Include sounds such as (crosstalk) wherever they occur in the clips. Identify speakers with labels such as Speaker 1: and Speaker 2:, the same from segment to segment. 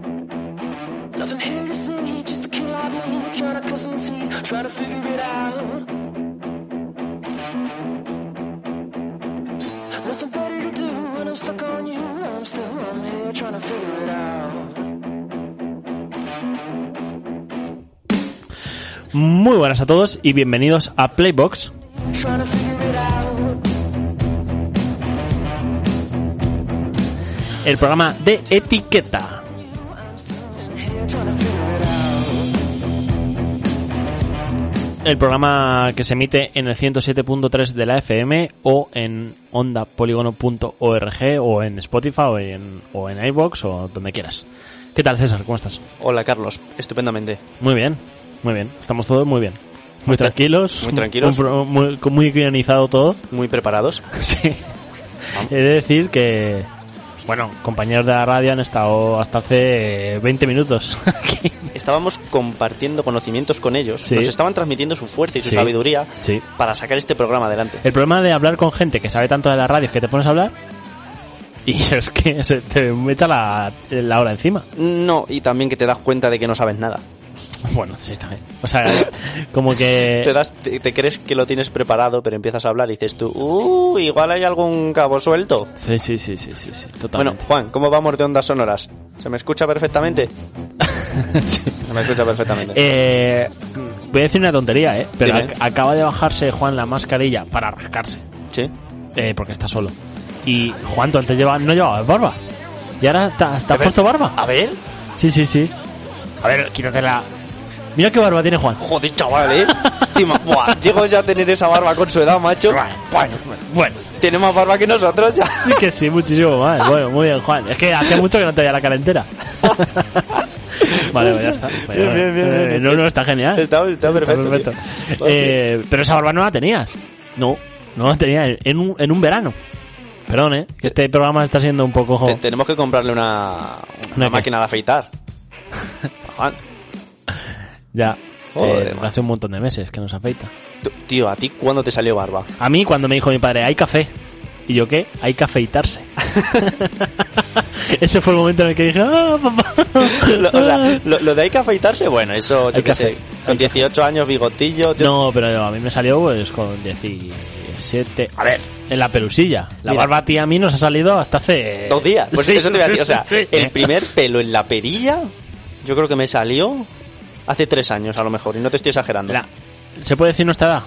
Speaker 1: Nothing here to see, just a kid like me, trying to cut some tea, trying to figure it out. Nothing better to do when I'm stuck on you. I'm still I'm here trying to figure it out.
Speaker 2: Muy buenas a todos y bienvenidos a Playbox.
Speaker 1: Trying to figure it out.
Speaker 2: el programa de etiqueta.
Speaker 1: Here trying to figure it out.
Speaker 2: El programa que se emite en el 107.3 de la FM o en ondapoligono.org o en Spotify o en, o en iVoox o donde quieras. ¿Qué tal César? ¿Cómo estás?
Speaker 3: Hola Carlos, estupendamente.
Speaker 2: Muy bien, muy bien. Estamos todos muy bien. Muy tranquilos.
Speaker 3: muy tranquilos.
Speaker 2: un pro- Muy, muy guionizado todo.
Speaker 3: Muy preparados.
Speaker 2: Sí. He de decir que, bueno, compañeros de la radio han estado hasta hace 20 minutos (laughs) aquí.
Speaker 3: Estábamos compartiendo conocimientos con ellos.
Speaker 2: Sí.
Speaker 3: Nos estaban transmitiendo su fuerza y su
Speaker 2: Sí.
Speaker 3: sabiduría
Speaker 2: Sí.
Speaker 3: para sacar este programa adelante.
Speaker 2: El problema de hablar con gente que sabe tanto de la radio es que te pones a hablar y (laughs) es que se te echa la, la hora encima.
Speaker 3: No, y también que te das cuenta de que no sabes nada.
Speaker 2: Bueno, sí, también. O sea, como
Speaker 3: Te,
Speaker 2: que...
Speaker 3: das, te, te crees que lo tienes preparado, pero empiezas a hablar y dices tú, ¡uh! Igual hay algún cabo suelto.
Speaker 2: Sí, sí, sí, sí, sí, sí,
Speaker 3: Bueno,
Speaker 2: totalmente.
Speaker 3: Juan, ¿cómo vamos de ondas sonoras? ¿Se me escucha perfectamente?
Speaker 2: (laughs) Sí.
Speaker 3: Se me escucha perfectamente.
Speaker 2: Eh, voy a decir una tontería, ¿eh? Pero
Speaker 3: Dime.
Speaker 2: ac- acaba de bajarse Juan la mascarilla para rascarse,
Speaker 3: Sí.
Speaker 2: eh, porque está solo. Y Juan, tú antes lleva, no llevaba barba. Y ahora te, has- te has
Speaker 3: ver. Ah.
Speaker 2: puesto barba.
Speaker 3: A ver.
Speaker 2: Sí, sí, sí. A ver, quítatela. Mira qué barba tiene Juan.
Speaker 3: Joder, chaval, ¿eh? Encima, buah, llego ya a tener esa barba con su edad, macho. Bueno,
Speaker 2: Bueno.
Speaker 3: tiene más barba que nosotros ya.
Speaker 2: Sí que sí, muchísimo más. Bueno, muy bien, Juan. Es que hacía mucho que no te veía la cara entera. vale, pues ya está. Pues ya-
Speaker 3: Bien, bien, bien, bien.
Speaker 2: eh, No, no, está genial.
Speaker 3: Está- está perfecto, tío.
Speaker 2: Eh, pero esa barba no la tenías. No, no la tenías en un, en un verano. Perdón, ¿eh? Que este programa está siendo un poco...
Speaker 3: Te- tenemos que comprarle una, una
Speaker 2: Oh. ¿Una qué?
Speaker 3: máquina de afeitar. Ah, Juan,
Speaker 2: Ya.
Speaker 3: Joder,
Speaker 2: Eh,
Speaker 3: macho.
Speaker 2: hace un montón de meses que nos afecta.
Speaker 3: tú- tío, ¿a ti cuándo te salió barba? (laughs)
Speaker 2: A mí cuando me dijo mi padre, hay café. ¿Y yo qué? Hay que
Speaker 3: (laughs)
Speaker 2: afeitarse. (laughs) Ese fue el momento en el que dije, ah, papá.
Speaker 3: lo, o sea, lo- lo de hay que afeitarse, bueno, eso,
Speaker 2: Hay
Speaker 3: yo
Speaker 2: que
Speaker 3: qué sé.
Speaker 2: afe- hay
Speaker 3: Con 18 años, bigotillo. tío.
Speaker 2: No, pero a mí me salió pues con 17. A ver, en la pelusilla. La
Speaker 3: Mira.
Speaker 2: barba tía a mí nos ha salido hasta hace.
Speaker 3: Dos días. Pues
Speaker 2: Sí,
Speaker 3: eso te voy a decir. O
Speaker 2: sí,
Speaker 3: sea,
Speaker 2: sí, sí.
Speaker 3: el primer pelo en la perilla, yo creo que me salió hace tres años a lo mejor, y no te estoy exagerando.
Speaker 2: La- ¿Se puede decir nuestra edad?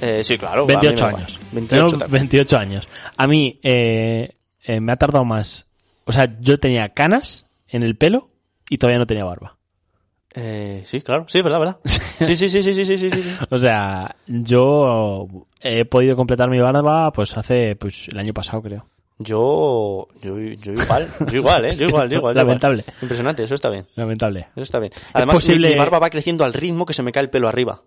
Speaker 3: Eh, sí, claro. a mí me
Speaker 2: 28
Speaker 3: da
Speaker 2: años.
Speaker 3: igual.
Speaker 2: Tengo
Speaker 3: 28 también.
Speaker 2: 28 años. A mí eh, eh, me ha tardado más. O sea, yo tenía canas en el pelo y todavía no tenía barba. (laughs)
Speaker 3: Eh, sí, claro. Sí, verdad, verdad. Sí, sí, sí, sí, sí, sí, sí. sí, sí.
Speaker 2: O sea, yo he podido completar mi barba pues hace pues el año pasado, creo.
Speaker 3: Yo, yo, yo igual, yo igual, eh, yo igual, yo igual. yo igual.
Speaker 2: Lamentable.
Speaker 3: Impresionante, eso está bien.
Speaker 2: Lamentable.
Speaker 3: Eso está bien. Además, mi-
Speaker 2: posible-
Speaker 3: mi, barba va creciendo al ritmo que se me cae el
Speaker 2: (laughs)
Speaker 3: pelo arriba.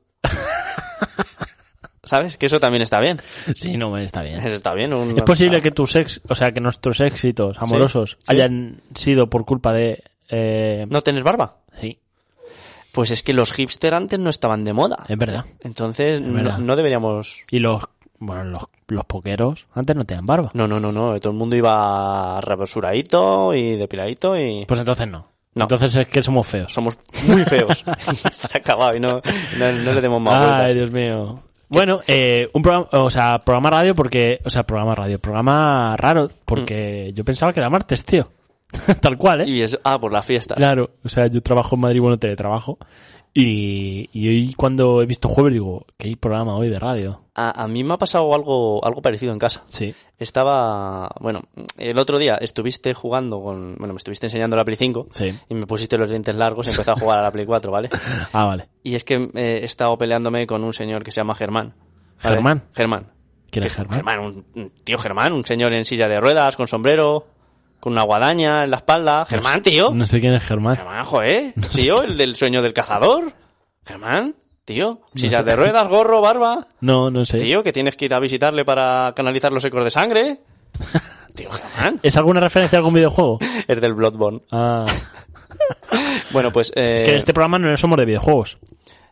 Speaker 3: ¿Sabes? Que eso también está bien.
Speaker 2: Sí, no, está bien.
Speaker 3: Eso está bien. un-
Speaker 2: ¿Es posible que tus ex, o sea, que nuestros éxitos amorosos
Speaker 3: Sí, sí.
Speaker 2: hayan sido por culpa de... eh,
Speaker 3: ¿No tener barba?
Speaker 2: Sí,
Speaker 3: Pues es que los hipster antes no estaban de moda.
Speaker 2: es verdad.
Speaker 3: Entonces,
Speaker 2: verdad.
Speaker 3: no, no deberíamos...
Speaker 2: Y los, bueno, los, los poqueros antes no tenían barba.
Speaker 3: No, no, no, no. Todo el mundo iba rebosuradito y depiladito y...
Speaker 2: Pues entonces no.
Speaker 3: No.
Speaker 2: Entonces es que somos feos.
Speaker 3: Somos
Speaker 2: (laughs)
Speaker 3: muy feos. (laughs) Se ha acabado y no, no, no le demos más
Speaker 2: Ay,
Speaker 3: vueltas.
Speaker 2: Dios mío. Bueno, eh, un programa, o sea, programa radio porque, o sea, programa radio, programa raro porque yo pensaba que era martes, tío. (laughs) Tal cual, ¿eh?
Speaker 3: Y es... Ah, por las fiestas.
Speaker 2: Claro, o sea, yo trabajo en Madrid, bueno, teletrabajo. Y, y hoy cuando he visto jueves digo, ¿qué hay programa hoy de radio?
Speaker 3: A, a mí me ha pasado algo, algo parecido en casa.
Speaker 2: Sí.
Speaker 3: Estaba, bueno, el otro día estuviste jugando con, bueno, me estuviste enseñando la Play 5
Speaker 2: Sí.
Speaker 3: y me pusiste los dientes largos y empecé a
Speaker 2: (laughs)
Speaker 3: jugar a la Play 4, ¿vale?
Speaker 2: Ah, vale.
Speaker 3: Y es que eh, he estado peleándome con un señor que se llama Germán. Vale,
Speaker 2: Germán.
Speaker 3: Germán.
Speaker 2: ¿Quién es
Speaker 3: Que-
Speaker 2: Germán?
Speaker 3: un, un tío Germán, un señor en silla de ruedas, con sombrero, con una guadaña en la espalda. Germán, tío.
Speaker 2: No sé quién es Germán. (laughs)
Speaker 3: Germán, joder. Tío, el del sueño del cazador. Germán, tío. Silla
Speaker 2: sé.
Speaker 3: de ruedas, gorro, barba.
Speaker 2: No, no sé.
Speaker 3: Tío, que tienes que ir a visitarle para canalizar los ecos de sangre. (laughs) Tío, Germán.
Speaker 2: ¿Es alguna referencia a algún
Speaker 3: (laughs)
Speaker 2: videojuego?
Speaker 3: Es del Bloodborne.
Speaker 2: Ah,
Speaker 3: Bueno, pues... eh,
Speaker 2: que en este programa no somos de videojuegos.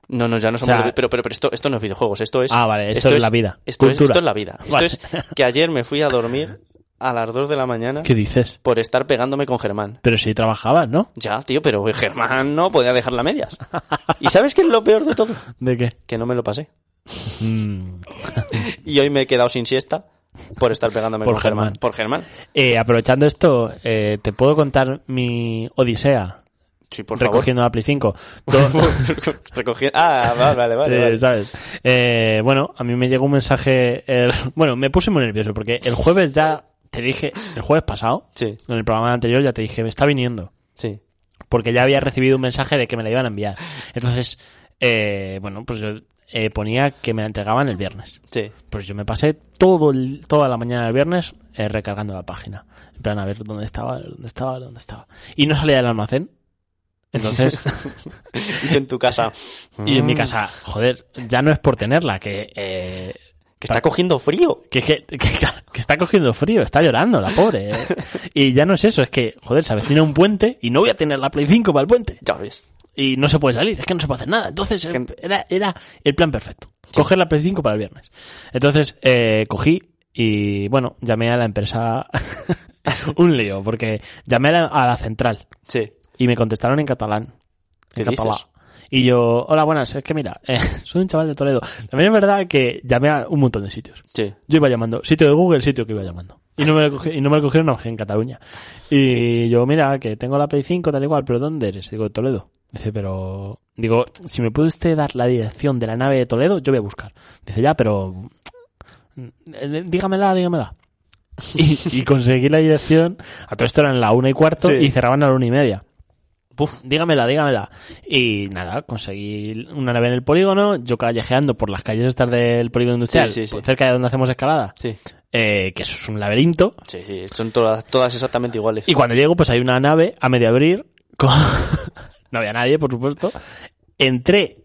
Speaker 3: No, no, ya no somos...
Speaker 2: O sea-
Speaker 3: de- pero, pero, pero esto, esto no es videojuegos, esto es...
Speaker 2: Ah, vale, esto es la vida.
Speaker 3: Esto es,
Speaker 2: Cultura.
Speaker 3: esto es la vida. Esto
Speaker 2: Vale.
Speaker 3: es que ayer me fui a dormir a las 2 de la mañana
Speaker 2: ¿Qué dices?
Speaker 3: por estar pegándome con Germán.
Speaker 2: Pero si trabajabas, ¿no?
Speaker 3: Ya, tío, pero Germán no podía dejarla a medias. ¿Y sabes qué es lo peor de todo?
Speaker 2: ¿De qué?
Speaker 3: Que no me lo pasé.
Speaker 2: Mm.
Speaker 3: Y hoy me he quedado sin siesta por estar pegándome
Speaker 2: Por
Speaker 3: con Germán.
Speaker 2: Germán.
Speaker 3: Por Germán.
Speaker 2: Eh, aprovechando esto, eh, ¿te puedo contar mi odisea
Speaker 3: Sí, por favor.
Speaker 2: recogiendo la Play 5? Do-
Speaker 3: Recogiendo- Ah, vale, vale, (laughs) vale.
Speaker 2: Sí,
Speaker 3: vale.
Speaker 2: ¿sabes? Eh, bueno, a mí me llegó un mensaje. el- (laughs) bueno, me puse muy nervioso porque el jueves ya te dije, el jueves pasado,
Speaker 3: Sí,
Speaker 2: en el programa anterior ya te dije, me está viniendo.
Speaker 3: sí.
Speaker 2: Porque ya había recibido un mensaje de que me la iban a enviar. Entonces, eh, bueno, pues yo eh, ponía que me la entregaban el viernes.
Speaker 3: Sí.
Speaker 2: Pues yo me pasé todo el- toda la mañana del viernes eh, recargando la página. En plan, a ver dónde estaba, dónde estaba, dónde estaba. Y no salía del almacén. Entonces,
Speaker 3: Y tú en tu (laughs) casa.
Speaker 2: y en mi
Speaker 3: Mm,
Speaker 2: casa, joder, ya no es por tenerla, que eh,
Speaker 3: Que está cogiendo frío.
Speaker 2: que, que- que- que está cogiendo frío, está llorando la pobre. eh. Y ya no es eso, es que, joder, se avecina un puente y no voy a tener la Play 5 para el puente.
Speaker 3: Ya ves.
Speaker 2: Y no se puede salir, es que no se puede hacer nada. Entonces eh,
Speaker 3: Que-
Speaker 2: era, era el plan perfecto. Coger la Play 5 para el viernes. Entonces eh, cogí y, bueno, llamé a la empresa (laughs) un lío, porque llamé a la, a la central
Speaker 3: Sí.
Speaker 2: y me contestaron en catalán.
Speaker 3: ¿Qué
Speaker 2: En
Speaker 3: dices?
Speaker 2: catalán. Y yo, hola, buenas, es que mira, eh, (laughs) soy un chaval de Toledo. También es verdad que llamé a un montón de sitios.
Speaker 3: Sí.
Speaker 2: Yo iba llamando, sitio de Google, sitio que iba llamando. Y no me lo, cogi- y no me lo cogieron no, en Cataluña. Y yo, mira, que tengo la Play 5, tal y cual, pero ¿dónde eres? Digo, de Toledo. Dice, pero... Digo, si me puede usted dar la dirección de la nave de Toledo, yo voy a buscar. Dice, ya, pero... eh, Dígamela, dígamela. (laughs) Y, y conseguí la dirección. A todo esto eran la una y cuarto
Speaker 3: Sí.
Speaker 2: y cerraban a la una y media.
Speaker 3: Buf.
Speaker 2: Dígamela, dígamela. Y nada, conseguí una nave en el polígono, yo callejeando por las calles estas del polígono industrial,
Speaker 3: Sí, sí, sí.
Speaker 2: por cerca de donde hacemos escalada
Speaker 3: Sí.
Speaker 2: eh, que eso es un laberinto.
Speaker 3: Sí, sí. Son todas, todas exactamente iguales.
Speaker 2: Y cuando llego, pues hay una nave a medio abrir. con- (laughs) no había nadie, por supuesto. Entré.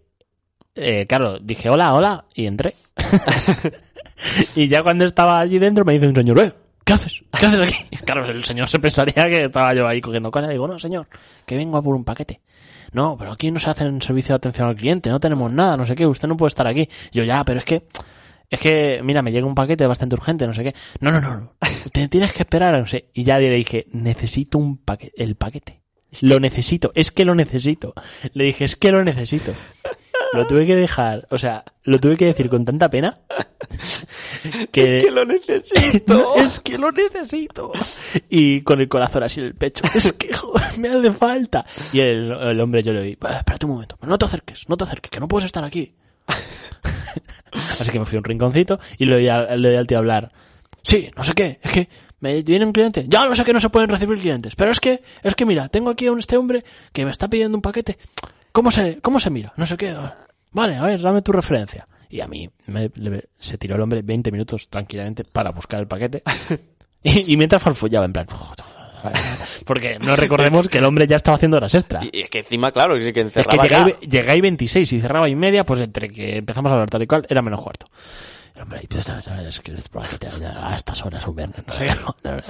Speaker 2: eh, claro, dije hola, hola, y entré. (laughs) y ya cuando estaba allí dentro me dice un señor, "Eh, ¿qué haces? ¿Qué haces aquí? Claro, el señor se pensaría que estaba yo ahí cogiendo cosas. Y digo, no, señor, que vengo a por un paquete. No, pero aquí no se hace un servicio de atención al cliente, no tenemos nada, no sé qué, usted no puede estar aquí. Yo ya, pero es que es que, mira, me llega un paquete bastante urgente, no sé qué. No, no, no, (laughs) no. Te tienes que esperar, no sé. Y ya le dije, necesito un paquete, el paquete. Lo necesito, es que lo necesito. Le dije, es que lo necesito. Lo tuve que dejar, o sea, lo tuve que decir con tanta pena (laughs) que
Speaker 3: Es que (laughs) lo
Speaker 2: (laughs)
Speaker 3: necesito.
Speaker 2: es que lo necesito. Y con el corazón así en el pecho. Es que (laughs) joder, me hace falta. Y el, el hombre yo le di, "Ah, espérate un momento, no te acerques, no te acerques, que no puedes estar aquí. así que me fui a un rinconcito y le di, al- le di al tío a hablar. Sí, no sé qué, es que me viene un cliente. Ya no sé que no se pueden recibir clientes, pero es que, es que mira, tengo aquí a un- este hombre que me está pidiendo un paquete. ¿Cómo se, cómo se mira? No sé qué. Vale, a ver, dame tu referencia. Y a mí me- le- se tiró el hombre 20 minutos tranquilamente para buscar el paquete. (laughs) y, y mientras farfullaba, en plan. Porque no recordemos que el hombre ya estaba haciendo horas extra.
Speaker 3: Y es que encima, claro, es que
Speaker 2: Es que
Speaker 3: encerraba
Speaker 2: llegáis
Speaker 3: ya.
Speaker 2: llegáis 26 y cerraba y media, pues entre que empezamos a hablar tal y cual, era menos cuarto. El hombre, ahí, pues, es que es probable que te- a estas horas un viernes, no sé qué, (laughs) no, no, no.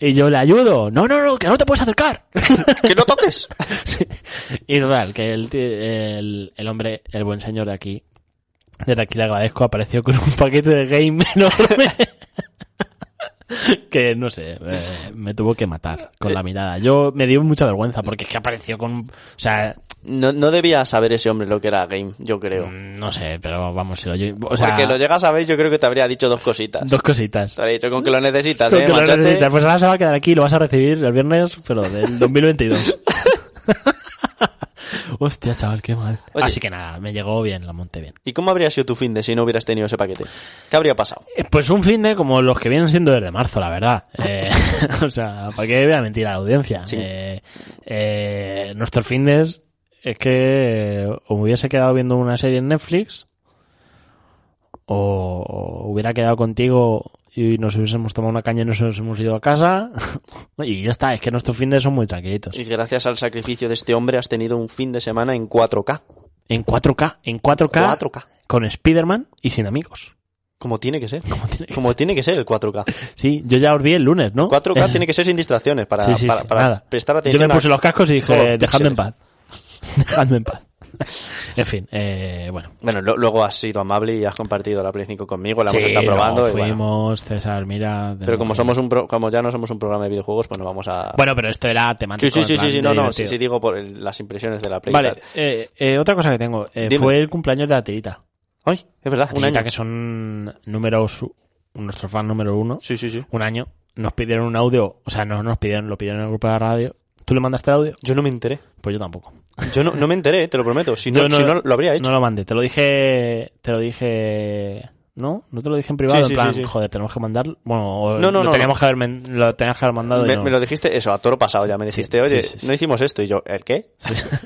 Speaker 2: Y yo le ayudo. No, no, no, que no te puedes acercar.
Speaker 3: (laughs)
Speaker 2: (laughs)
Speaker 3: ¡Que no toques!
Speaker 2: Sí. Y total, que el, ti- el, el hombre, el buen señor de aquí, desde aquí le agradezco, apareció con un paquete de game (laughs) enorme. que no sé, eh, me tuvo que matar con la mirada. Yo me dio mucha vergüenza porque es que apareció con. O sea,
Speaker 3: (laughs) No, no debía saber ese hombre lo que era game, yo creo.
Speaker 2: mm, no sé, pero vamos, si lo, yo- o sea,
Speaker 3: Porque lo llegas a ver, yo creo que te habría dicho dos cositas.
Speaker 2: dos cositas.
Speaker 3: Te habría dicho con que lo necesitas,
Speaker 2: Con
Speaker 3: eh,
Speaker 2: que lo
Speaker 3: machote?
Speaker 2: necesitas. Pues ahora se va a quedar aquí, lo vas a recibir el viernes, pero
Speaker 3: (laughs)
Speaker 2: del 2022. Hostia, chaval, qué mal.
Speaker 3: Oye.
Speaker 2: Así que nada, me llegó bien, la monté bien.
Speaker 3: ¿Y cómo habría sido tu fin de si no hubieras tenido ese paquete? ¿Qué habría pasado?
Speaker 2: Eh, Pues un fin de como los que vienen siendo desde marzo, la
Speaker 3: (laughs)
Speaker 2: verdad. Eh, (laughs) o sea, ¿para qué voy a mentir a la audiencia?
Speaker 3: Sí.
Speaker 2: Eh, eh, nuestros findes es que eh, o me hubiese quedado viendo una serie en Netflix o, o hubiera quedado contigo y nos hubiésemos tomado una caña y nos hubiésemos ido a casa (laughs) y ya está, es que nuestros fines son muy tranquilitos.
Speaker 3: Y gracias al sacrificio de este hombre has tenido un fin de semana en 4K.
Speaker 2: En 4K, en 4K,
Speaker 3: 4K.
Speaker 2: con Spider-Man y sin amigos. (laughs)
Speaker 3: Como tiene que ser.
Speaker 2: Como tiene que
Speaker 3: Como tiene que ser
Speaker 2: (laughs)
Speaker 3: el 4K.
Speaker 2: Sí, yo ya os vi el lunes, ¿no? (laughs)
Speaker 3: 4K tiene que ser sin distracciones para,
Speaker 2: Sí, sí,
Speaker 3: para-
Speaker 2: sí,
Speaker 3: para
Speaker 2: nada.
Speaker 3: prestar
Speaker 2: Yo
Speaker 3: atención.
Speaker 2: me
Speaker 3: a-
Speaker 2: puse los cascos y
Speaker 3: todos
Speaker 2: dije,
Speaker 3: los
Speaker 2: dejadme en
Speaker 3: píxeles".
Speaker 2: paz. (laughs) Dejadme en paz. (laughs) En fin, eh, bueno.
Speaker 3: Bueno, lo- luego has sido amable y has compartido la Play 5 conmigo, la
Speaker 2: Sí,
Speaker 3: hemos estado
Speaker 2: luego
Speaker 3: probando. y bueno.
Speaker 2: fuimos, César, mira...
Speaker 3: Pero como somos un pro- como ya no somos un programa de videojuegos, pues no vamos a.
Speaker 2: Bueno, pero esto era temático.
Speaker 3: sí, sí,
Speaker 2: en
Speaker 3: sí,
Speaker 2: plan
Speaker 3: sí, sí,
Speaker 2: de
Speaker 3: no, no, sí,
Speaker 2: divertido.
Speaker 3: sí, digo por el- las impresiones de la Play. y
Speaker 2: Vale,
Speaker 3: tal.
Speaker 2: eh, eh, otra cosa que tengo. eh,
Speaker 3: Dime.
Speaker 2: fue el cumpleaños de la tirita.
Speaker 3: Ay, es verdad,
Speaker 2: La
Speaker 3: un
Speaker 2: tirita
Speaker 3: año.
Speaker 2: que son números... Nuestro fan número uno.
Speaker 3: Sí, sí, sí.
Speaker 2: Un año. Nos pidieron un audio. O sea, no nos pidieron, lo pidieron en el grupo de la radio. ¿Tú le mandaste el audio?
Speaker 3: Yo no me enteré.
Speaker 2: Pues yo tampoco.
Speaker 3: Yo no, no me enteré, te lo prometo. Si no,
Speaker 2: Yo
Speaker 3: si no lo habría hecho.
Speaker 2: No lo mandé. Te lo dije... Te lo dije... ¿No? ¿No te lo dije en privado?
Speaker 3: Sí,
Speaker 2: en
Speaker 3: sí,
Speaker 2: plan,
Speaker 3: sí, sí.
Speaker 2: joder, tenemos que mandar... Bueno, o
Speaker 3: No, no,
Speaker 2: lo,
Speaker 3: no,
Speaker 2: teníamos Que haber men- lo teníamos que haber mandado y
Speaker 3: me,
Speaker 2: no.
Speaker 3: me lo dijiste eso, a toro pasado ya. Me dijiste,
Speaker 2: sí,
Speaker 3: oye,
Speaker 2: sí, sí.
Speaker 3: no hicimos esto. Y yo, ¿el qué?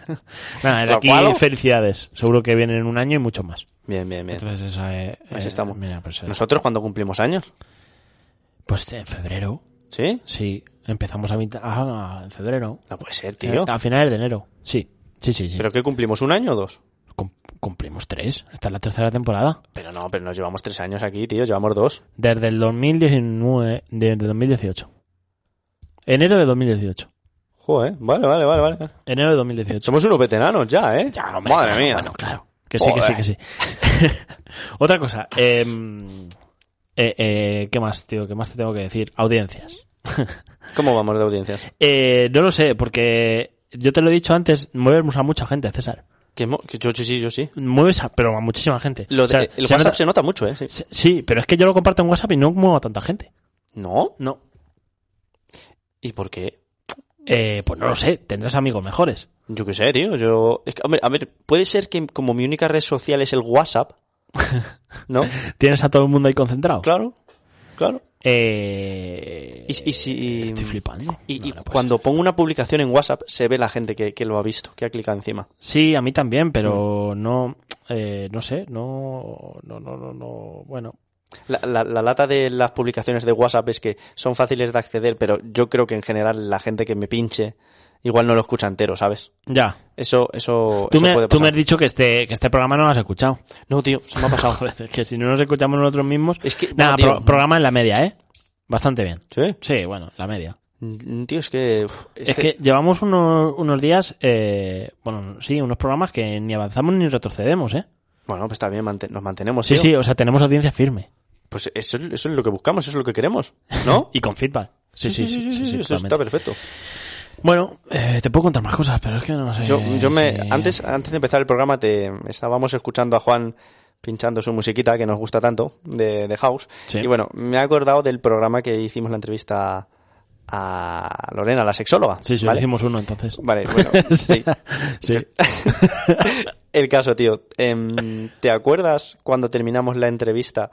Speaker 2: (laughs) Nada, de
Speaker 3: ¿Lo
Speaker 2: aquí
Speaker 3: cual?
Speaker 2: felicidades. Seguro que vienen en un año y mucho más.
Speaker 3: Bien, bien, bien.
Speaker 2: Entonces esa es...
Speaker 3: Así estamos.
Speaker 2: mira, pues, eh,
Speaker 3: Nosotros cuando cumplimos años,
Speaker 2: Pues en febrero,
Speaker 3: ¿sí?
Speaker 2: sí. Empezamos a mitad... Ah, en febrero.
Speaker 3: No puede ser, tío.
Speaker 2: Eh, A finales de enero, sí. Sí, sí, sí.
Speaker 3: ¿Pero qué cumplimos? ¿Un año o dos?
Speaker 2: Cum- cumplimos tres. Esta es la tercera temporada.
Speaker 3: Pero no, pero nos llevamos tres años aquí, tío. Llevamos dos.
Speaker 2: Desde el 2019... Desde el 2018. Enero de 2018.
Speaker 3: Joder, vale, vale, vale, vale.
Speaker 2: Enero de 2018.
Speaker 3: Somos unos veteranos ya, ¿eh?
Speaker 2: Ya, Ah, hombre,
Speaker 3: Madre
Speaker 2: claro,
Speaker 3: mía.
Speaker 2: Bueno, claro. Que sí, que sí, que sí. (laughs) Otra cosa. eh, eh, eh, ¿Qué más, tío? ¿Qué más te tengo que decir? Audiencias.
Speaker 3: ¿Cómo vamos de audiencia?
Speaker 2: Eh, no lo sé, porque yo te lo he dicho antes, mueves a mucha gente, César.
Speaker 3: Que, mo- que yo sí, sí, yo sí.
Speaker 2: Mueves a, pero a muchísima gente.
Speaker 3: Lo
Speaker 2: O sea,
Speaker 3: de- el
Speaker 2: se
Speaker 3: WhatsApp
Speaker 2: nota-
Speaker 3: se nota mucho, ¿eh? Sí.
Speaker 2: se- Sí, pero es que yo lo comparto en WhatsApp y no muevo a tanta gente.
Speaker 3: ¿No?
Speaker 2: No.
Speaker 3: ¿Y por qué?
Speaker 2: Eh, pues no lo sé, tendrás amigos mejores.
Speaker 3: Yo qué sé, tío. Yo. es que, hombre, a ver, puede ser que como mi única red social es el WhatsApp.
Speaker 2: (laughs)
Speaker 3: ¿No?
Speaker 2: Tienes a todo el mundo ahí concentrado.
Speaker 3: Claro. Claro.
Speaker 2: Eh,
Speaker 3: Y- y si-
Speaker 2: Estoy flipando.
Speaker 3: Y,
Speaker 2: No,
Speaker 3: y
Speaker 2: no puede
Speaker 3: cuando
Speaker 2: ser.
Speaker 3: pongo una publicación en WhatsApp, se ve la gente que, que lo ha visto, que ha clicado encima.
Speaker 2: Sí, a mí también, pero no... eh, no sé, no... No, no, no, no... Bueno...
Speaker 3: La, la- la lata de las publicaciones de WhatsApp es que son fáciles de acceder, pero yo creo que en general la gente que me pinche igual no lo escucha entero, ¿sabes?
Speaker 2: Ya.
Speaker 3: Eso, eso,
Speaker 2: Tú
Speaker 3: eso
Speaker 2: me,
Speaker 3: puede
Speaker 2: tú me
Speaker 3: pasar.
Speaker 2: has dicho que este, que este programa no lo has escuchado.
Speaker 3: No, tío, se me ha
Speaker 2: (laughs)
Speaker 3: pasado.
Speaker 2: Joder, que si no nos escuchamos nosotros mismos.
Speaker 3: Es que,
Speaker 2: Nada,
Speaker 3: bueno,
Speaker 2: pro-
Speaker 3: tío.
Speaker 2: programa en la media, ¿eh? Bastante bien.
Speaker 3: ¿Sí?
Speaker 2: Sí, bueno, la media.
Speaker 3: Mm, Tío, es que... uf, este-
Speaker 2: Es que llevamos unos, unos días, eh, bueno, sí, unos programas que ni avanzamos ni retrocedemos, ¿eh?
Speaker 3: Bueno, pues está bien, manten- nos mantenemos,
Speaker 2: Sí,
Speaker 3: tío.
Speaker 2: sí, o sea, tenemos audiencia firme
Speaker 3: Pues eso, eso es lo que buscamos, eso es lo que queremos, ¿no?
Speaker 2: (laughs) y con feedback.
Speaker 3: sí, eso
Speaker 2: totalmente.
Speaker 3: está perfecto.
Speaker 2: Bueno, eh, te puedo contar más cosas, pero es que no sé.
Speaker 3: Yo, yo me...
Speaker 2: si-
Speaker 3: Antes, antes de empezar el programa te estábamos escuchando a Juan pinchando su musiquita que nos gusta tanto, de, de House.
Speaker 2: Sí.
Speaker 3: Y bueno, me he acordado del programa que hicimos la entrevista a Lorena, la sexóloga.
Speaker 2: Sí, sí,
Speaker 3: ¿vale?
Speaker 2: hicimos uno entonces.
Speaker 3: Vale, bueno, sí.
Speaker 2: (laughs) Sí.
Speaker 3: El caso, tío. Em, ¿Te acuerdas cuando terminamos la entrevista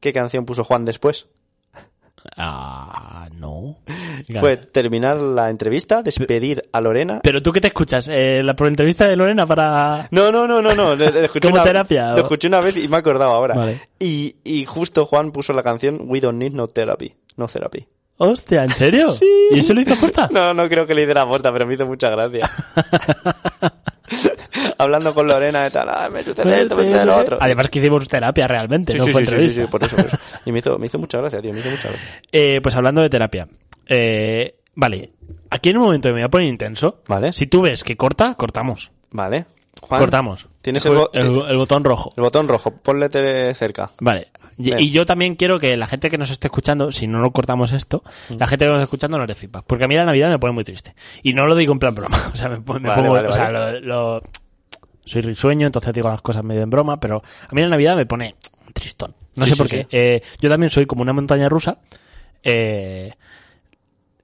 Speaker 3: qué canción puso Juan después?
Speaker 2: Ah, no.
Speaker 3: Fue terminar la entrevista, despedir a Lorena.
Speaker 2: Pero tú qué te escuchas, eh, la entrevista de Lorena para...
Speaker 3: No, no, no, no, no. Lo, lo escuché
Speaker 2: Como
Speaker 3: una,
Speaker 2: terapia,
Speaker 3: Lo
Speaker 2: ¿o?
Speaker 3: escuché una vez y me he acordado ahora.
Speaker 2: Vale.
Speaker 3: Y, y justo Juan puso la canción We Don't Need No Therapy. No Therapy.
Speaker 2: Hostia, ¿en serio?
Speaker 3: (laughs) Sí.
Speaker 2: ¿Y eso lo hizo Costa?
Speaker 3: No, no creo que le diera la puerta, pero me hizo mucha gracia. (laughs) Hablando con Lorena y tal, "Ay, me sucede esto, me sucede lo otro.
Speaker 2: Además que hicimos terapia realmente,
Speaker 3: Sí,
Speaker 2: no
Speaker 3: sí,
Speaker 2: fue
Speaker 3: sí, sí, sí,
Speaker 2: entrevista.
Speaker 3: sí, por eso, por eso. Y me hizo, me hizo mucha gracia, tío, me hizo mucha gracia.
Speaker 2: Eh, pues hablando de terapia. Eh, vale, aquí en un momento me voy a poner intenso.
Speaker 3: Vale.
Speaker 2: Si tú ves que corta, cortamos.
Speaker 3: Vale. Juan,
Speaker 2: Cortamos.
Speaker 3: Tienes
Speaker 2: el,
Speaker 3: el, bo-
Speaker 2: el- el botón rojo.
Speaker 3: el botón rojo, ponle tele cerca.
Speaker 2: Vale. Y,
Speaker 3: Bien.
Speaker 2: y yo también quiero que la gente que nos esté escuchando, si no lo cortamos esto,
Speaker 3: Mm.
Speaker 2: la gente que nos esté escuchando nos dé feedback. Porque a mí la Navidad me pone muy triste. Y no lo digo en plan broma. (laughs) O sea, me, pon- me
Speaker 3: Vale,
Speaker 2: pongo.
Speaker 3: vale,
Speaker 2: o sea, lo- lo- soy risueño, entonces digo las cosas medio en broma, pero a mí la Navidad me pone tristón. No
Speaker 3: Sí,
Speaker 2: sé
Speaker 3: sí,
Speaker 2: por
Speaker 3: sí.
Speaker 2: qué. Eh, yo también soy como una montaña rusa. Eh,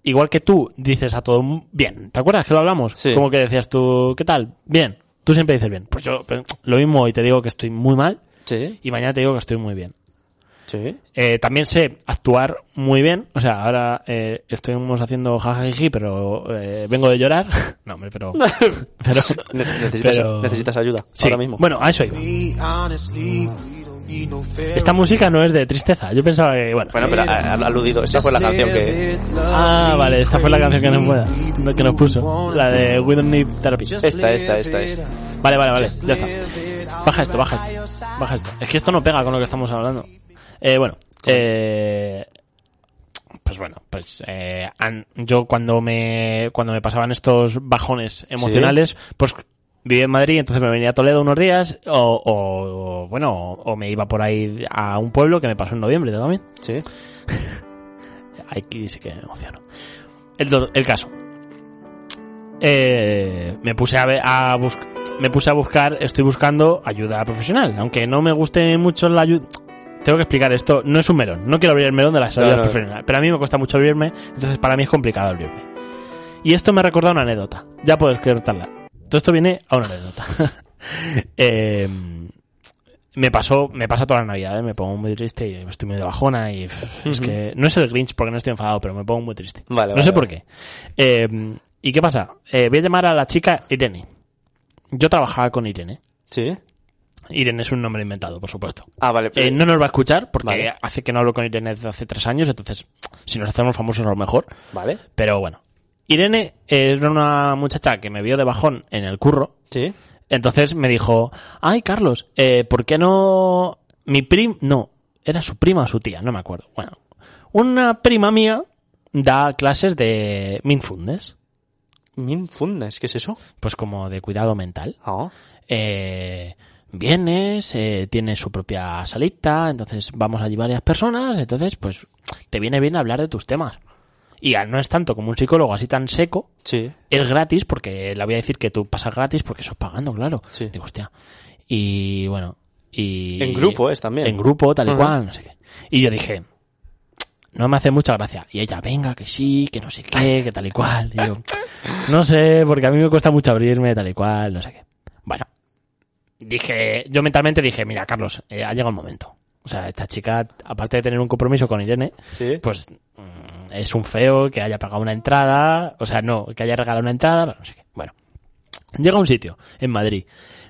Speaker 2: igual que tú dices a todo un- bien, ¿te acuerdas que lo hablamos?
Speaker 3: Sí.
Speaker 2: Como que decías tú, ¿qué tal? Bien. Tú siempre dices bien. Pues yo pero, lo mismo hoy te digo que estoy muy mal
Speaker 3: Sí,
Speaker 2: y mañana te digo que estoy muy bien.
Speaker 3: sí.
Speaker 2: Eh, también sé actuar muy bien. O sea, ahora eh, estuvimos haciendo jajajiji, pero eh, vengo de llorar. (laughs) No, hombre,
Speaker 3: (laughs)
Speaker 2: pero. pero
Speaker 3: Ne- Necesitas,
Speaker 2: pero-
Speaker 3: necesitas ayuda
Speaker 2: Sí.
Speaker 3: ahora mismo.
Speaker 2: Bueno, a eso iba.
Speaker 4: We honestly, we don't
Speaker 2: Esta música no es de tristeza. Yo pensaba que, bueno.
Speaker 3: Bueno, pero ha, ha aludido, esta fue la canción que...
Speaker 2: Ah, vale, esta fue la canción que nos, pueda- no- que nos puso. La de We Don't Need Therapy.
Speaker 3: Esta, esta, esta es.
Speaker 2: Vale, vale, vale, ya está. Baja esto, baja esto. Baja esto. Es que esto no pega con lo que estamos hablando. Eh, bueno, eh, pues bueno, pues eh, an- yo cuando me cuando me pasaban estos bajones emocionales, pues vivía en Madrid, entonces me venía a Toledo unos días o, o- o, bueno, o, o me iba por ahí a un pueblo que me pasó en noviembre también.
Speaker 3: Sí.
Speaker 2: Aquí sí que me emociono. El, do- el caso. Eh, me puse a, ve- a bus- me puse a buscar, estoy buscando ayuda profesional. Aunque no me guste mucho la ayuda. Tengo que explicar esto. No es un melón. No quiero abrir el melón de las
Speaker 3: Claro.
Speaker 2: ayudas profesionales. Pero a mí me cuesta mucho abrirme. Entonces para mí es complicado abrirme. Y esto me ha recordado una anécdota. Ya puedes cortarla. Todo esto viene a una anécdota. (laughs) Eh, me pasó, me pasa toda la Navidad, ¿eh? me pongo muy triste y estoy muy de bajona y pff, es que no es el Grinch porque no estoy enfadado, pero me pongo muy triste. no
Speaker 3: Vale, vale,
Speaker 2: sé por
Speaker 3: vale.
Speaker 2: qué. Eh, ¿Y qué pasa? Eh, voy a llamar a la chica Irene. Yo trabajaba con Irene.
Speaker 3: ¿Sí?
Speaker 2: Irene es un nombre inventado, por supuesto.
Speaker 3: Ah, vale.
Speaker 2: Eh, no nos va a escuchar porque
Speaker 3: Vale.
Speaker 2: hace que no hablo con Irene desde hace tres años, entonces si nos hacemos famosos a lo mejor.
Speaker 3: Vale.
Speaker 2: Pero bueno, Irene era una muchacha que me vio de bajón en el curro.
Speaker 3: ¿Sí?
Speaker 2: Entonces me dijo, ay Carlos, eh, ¿por qué no mi prima, no, era su prima o su tía, no me acuerdo. Bueno, una prima mía da clases de mindfulness,
Speaker 3: Minfundas, ¿qué es eso?
Speaker 2: pues como de cuidado mental.
Speaker 3: Ah.
Speaker 2: Eh, vienes, eh, tiene su propia salita, entonces vamos allí varias personas, entonces pues te viene bien hablar de tus temas. Y ah, no es tanto como un psicólogo así tan seco,
Speaker 3: Sí.
Speaker 2: es gratis porque le voy a decir que tú pasas gratis porque sos pagando, claro.
Speaker 3: Sí.
Speaker 2: Digo, hostia. Y bueno. Y,
Speaker 3: En grupo es también.
Speaker 2: En grupo, tal y
Speaker 3: Ajá.
Speaker 2: cual, no sé qué. Y yo dije, no me hace mucha gracia. Y ella, venga, que sí, que no sé qué, que tal y cual. Y yo, no sé, porque a mí me cuesta mucho abrirme, tal y cual, no sé qué. Bueno, dije, yo mentalmente dije, mira, Carlos, eh, ha llegado el momento. O sea, esta chica, aparte de tener un compromiso con Irene,
Speaker 3: Sí.
Speaker 2: pues mm, es un feo que haya pagado una entrada, o sea, no, que haya regalado una entrada, pero no sé qué. Bueno, llega a un sitio en Madrid.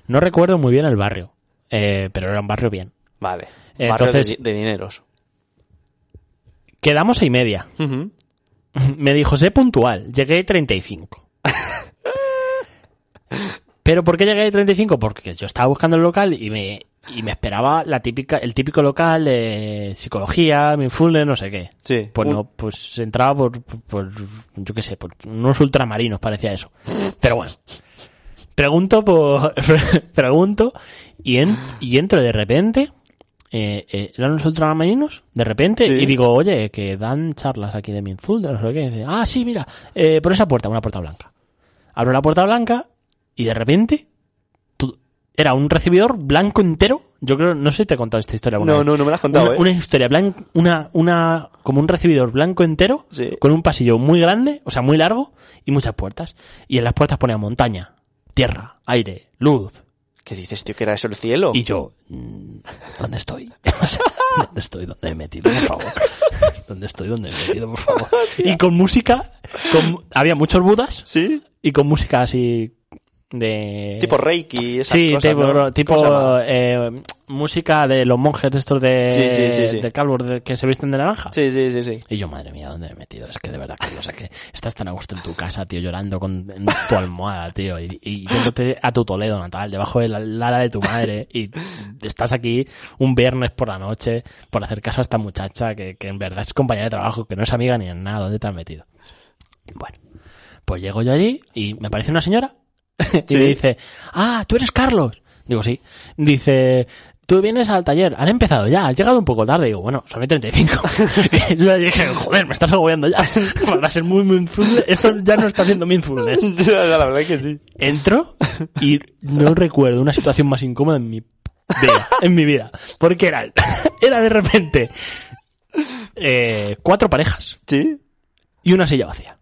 Speaker 2: No recuerdo muy bien el barrio, eh, pero era un barrio bien.
Speaker 3: Vale.
Speaker 2: Eh,
Speaker 3: Barrio de
Speaker 2: entonces-
Speaker 3: di- de, dineros.
Speaker 2: Quedamos a y media. (laughs)
Speaker 3: Ujú.
Speaker 2: Me dijo, sé puntual, llegué 35. (laughs) pero ¿por qué llegué 35? Porque yo estaba buscando el local y me, y me esperaba la típica, el típico local de psicología, mindfulness, no sé qué.
Speaker 3: Sí.
Speaker 2: Pues
Speaker 3: Un-
Speaker 2: no, pues entraba por, por, por, yo qué sé, por unos ultramarinos, parecía eso. Pero bueno. Pregunto por, (laughs) pregunto y, en- y entro de repente, eh, eh, eran los ultramarinos, de repente,
Speaker 3: Sí.
Speaker 2: y digo, oye, que dan charlas aquí de Minful, de no sé qué. Y dice, ah, sí, mira, eh, por esa puerta, una puerta blanca. Abro la puerta blanca y de repente, tú- era un recibidor blanco entero. Yo creo, no sé si te he contado esta historia. alguna
Speaker 3: No,
Speaker 2: vez
Speaker 3: no, no me lo has contado,
Speaker 2: una,
Speaker 3: ¿eh?
Speaker 2: una historia blanca, una, una, como un recibidor blanco entero,
Speaker 3: Sí.
Speaker 2: con un pasillo muy grande, o sea, muy largo, y muchas puertas. Y en las puertas ponía montaña, tierra, aire, luz.
Speaker 3: ¿Qué dices, tío? ¿Que era eso el cielo?
Speaker 2: Y yo, mm, ¿dónde estoy? (laughs) O sea, ¿Dónde estoy? ¿Dónde me he metido? Por favor. (laughs) ¿Dónde estoy? ¿Dónde me he metido? Por
Speaker 3: (laughs)
Speaker 2: favor. Y con música, con, había muchos budas,
Speaker 3: ¿Sí?
Speaker 2: y con música así de...
Speaker 3: Tipo Reiki, esas
Speaker 2: Eh, Sí,
Speaker 3: cosas,
Speaker 2: tipo,
Speaker 3: ¿no? ¿Cómo
Speaker 2: tipo,
Speaker 3: se llama?
Speaker 2: eh, música de los monjes de estos de,
Speaker 3: Sí, sí, sí, sí.
Speaker 2: de Calvor de- que se visten de naranja.
Speaker 3: Sí, sí, sí, sí.
Speaker 2: Y yo, madre mía, ¿dónde me he metido? Es que de verdad, Carlos, es que estás tan a gusto en tu casa, tío, llorando con en tu almohada, tío, y, y yéndote a tu Toledo natal, debajo del ala de tu madre, y estás aquí un viernes por la noche por hacer caso a esta muchacha que, que en verdad es compañera de trabajo, que no es amiga ni en nada, ¿dónde te has metido? Bueno, pues llego yo allí y me aparece una señora (laughs) y
Speaker 3: Sí.
Speaker 2: me dice, ah, tú eres Carlos. Digo, sí. Dice, tú vienes al taller, han empezado ya, has llegado un poco tarde. Digo, bueno, son y 35. (laughs) y yo dije, joder, me estás agobiando ya. (laughs) Para ser muy mindfulness, esto ya no está siendo mindfulness.
Speaker 3: Ya, ya, (laughs) la verdad es que sí.
Speaker 2: Entro y no recuerdo una situación más incómoda en mi vida. En mi vida. Porque era, (laughs) era de repente eh, cuatro parejas
Speaker 3: ¿Sí?
Speaker 2: y una silla vacía.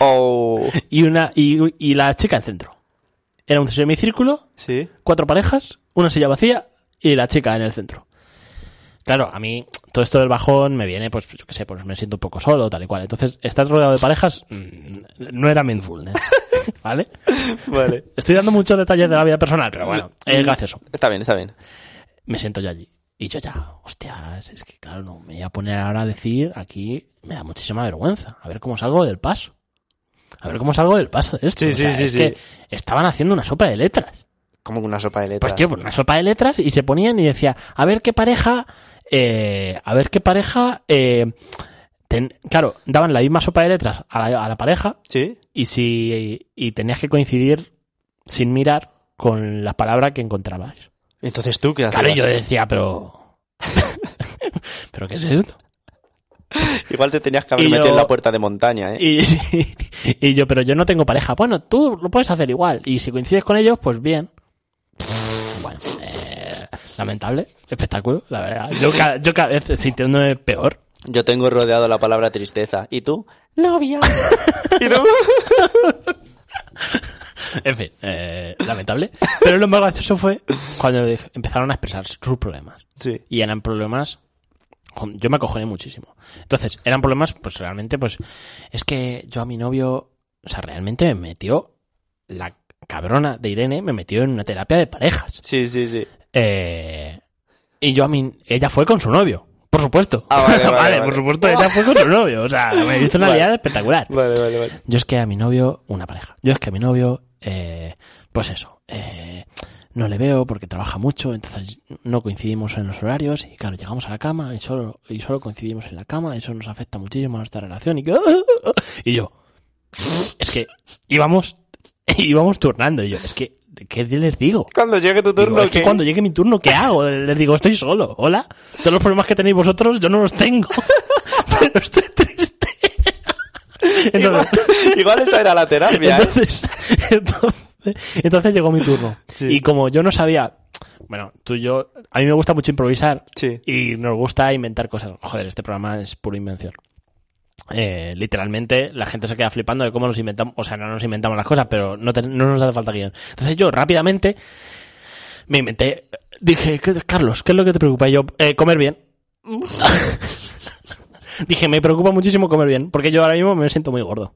Speaker 3: Oh.
Speaker 2: Y, una, y, y la chica en centro. Era un semicírculo
Speaker 3: ¿Sí?
Speaker 2: cuatro parejas, una silla vacía y la chica en el centro. Claro, a mí todo esto del bajón me viene, pues yo qué sé, pues me siento un poco solo, tal y cual. Entonces, estar rodeado de parejas mm, no era mindfulness, (laughs) ¿vale?
Speaker 3: Vale.
Speaker 2: Estoy dando muchos detalles de la vida personal, pero bueno, es gracioso.
Speaker 3: Está bien, está bien.
Speaker 2: Me siento yo allí. Y yo ya, hostias, es que claro, no me voy a poner ahora a decir aquí, me da muchísima vergüenza. A ver cómo salgo del paso. A ver cómo salgo del paso de esto.
Speaker 3: Sí,
Speaker 2: O sea,
Speaker 3: sí, sí,
Speaker 2: es
Speaker 3: sí.
Speaker 2: que estaban haciendo una sopa de letras.
Speaker 3: Como una sopa de letras.
Speaker 2: Pues tío, pues una sopa de letras y se ponían y decía, a ver qué pareja, eh, a ver qué pareja, eh, ten- claro, daban la misma sopa de letras a la, a la pareja
Speaker 3: ¿Sí?
Speaker 2: y si y tenías que coincidir sin mirar con la palabra que encontrabas.
Speaker 3: Entonces tú qué haces.
Speaker 2: Claro, yo decía, pero, (laughs) pero qué es esto.
Speaker 3: Igual te tenías que haber
Speaker 2: Y
Speaker 3: metido
Speaker 2: yo-
Speaker 3: en la puerta de montaña, ¿eh?
Speaker 2: Y, (laughs) y yo, pero yo no tengo pareja. Bueno, tú lo puedes hacer igual. Y si coincides con ellos, pues bien. Bueno, eh, lamentable, espectáculo, la verdad. Yo, ca- yo cada vez sintiéndome peor.
Speaker 3: Yo tengo rodeado la palabra tristeza. ¿Y tú? Novia. (laughs) ¿Y tú?
Speaker 2: En fin, eh, lamentable. Pero lo más gracioso fue cuando dej- empezaron a expresar sus problemas.
Speaker 3: Sí.
Speaker 2: Y eran problemas... jo- Yo me acojoné muchísimo. Entonces, eran problemas, pues realmente, pues... Es que yo a mi novio... O sea, realmente me metió... La cabrona de Irene me metió en una terapia de parejas.
Speaker 3: Sí, sí, sí.
Speaker 2: Eh, y yo a mí, ella fue con su novio, por supuesto.
Speaker 3: Ah,
Speaker 2: (laughs)
Speaker 3: vale, vale, vale.
Speaker 2: por supuesto, ella fue con su novio. O sea, me hizo una
Speaker 3: Vale.
Speaker 2: liada espectacular.
Speaker 3: Vale, vale, vale.
Speaker 2: Yo es que a mi novio, una pareja. Yo es que a mi novio, eh, pues eso, eh, no le veo porque trabaja mucho, entonces no coincidimos en los horarios y claro, llegamos a la cama y solo, y solo coincidimos en la cama, eso nos afecta muchísimo a nuestra relación y que... (laughs) Y yo, es que íbamos, (laughs) íbamos turnando y yo, es que, ¿qué les digo?
Speaker 3: Cuando llegue tu
Speaker 2: Digo,
Speaker 3: turno,
Speaker 2: es que
Speaker 3: ¿qué?
Speaker 2: cuando llegue mi turno, ¿qué hago? Les digo, estoy solo, hola. Todos los problemas que tenéis vosotros, yo no los tengo. (laughs) Pero estoy
Speaker 3: (laughs)
Speaker 2: triste. Entonces,
Speaker 3: Igual esa era la terapia, ¿eh?
Speaker 2: entonces, (laughs) entonces, entonces llegó mi turno.
Speaker 3: Sí.
Speaker 2: Y como yo no sabía, bueno, tú y yo, a mí me gusta mucho improvisar
Speaker 3: Sí.
Speaker 2: y nos gusta inventar cosas. Joder, este programa es pura invención. Eh, literalmente la gente se queda flipando de cómo nos inventamos, o sea, no nos inventamos las cosas, pero no, ten- no nos hace falta guión. Entonces yo rápidamente me inventé, dije, "¿Qué- Carlos, ¿qué es lo que te preocupa? Y yo, "Eh, comer bien. (laughs) dije, me preocupa muchísimo comer bien, porque yo ahora mismo me siento muy gordo.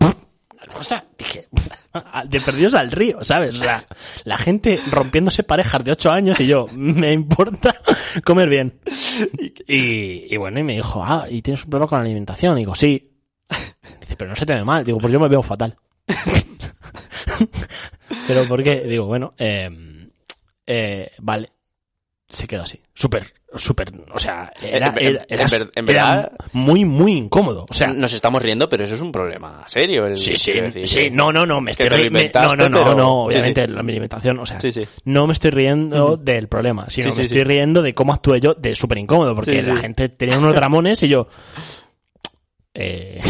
Speaker 2: Una cosa, dije, (laughs) de perdidos al río, ¿sabes? O sea, la gente rompiéndose parejas de 8 años y yo, me importa comer bien. Y, y bueno, y me dijo, ah, ¿y tienes un problema con la alimentación? Y digo, sí. Dice, pero no se te ve mal. Digo, pues yo me veo fatal. (laughs) pero ¿por qué? Digo, bueno, eh, eh, vale. Se quedó así. Súper, súper, o sea, era,
Speaker 3: En- en-
Speaker 2: era, era-
Speaker 3: en ver- en
Speaker 2: era
Speaker 3: verdad-
Speaker 2: muy, muy incómodo. O sea,
Speaker 3: Nos estamos riendo, pero eso es un problema serio. el-
Speaker 2: Sí, sí,
Speaker 3: quiero decir,
Speaker 2: sí,
Speaker 3: ¿eh?
Speaker 2: no, no, no, me
Speaker 3: que
Speaker 2: estoy
Speaker 3: te lo
Speaker 2: riendo. No,
Speaker 3: inventaste,
Speaker 2: no, no,
Speaker 3: pero-
Speaker 2: no,
Speaker 3: sí,
Speaker 2: obviamente
Speaker 3: sí.
Speaker 2: la alimentación, o sea,
Speaker 3: Sí, sí.
Speaker 2: no me estoy riendo del problema, sino
Speaker 3: Sí,
Speaker 2: me
Speaker 3: sí,
Speaker 2: estoy
Speaker 3: sí.
Speaker 2: riendo de cómo actué yo, de súper incómodo, porque
Speaker 3: Sí,
Speaker 2: la
Speaker 3: sí.
Speaker 2: gente tenía unos dramones y yo.
Speaker 3: (laughs)
Speaker 2: eh,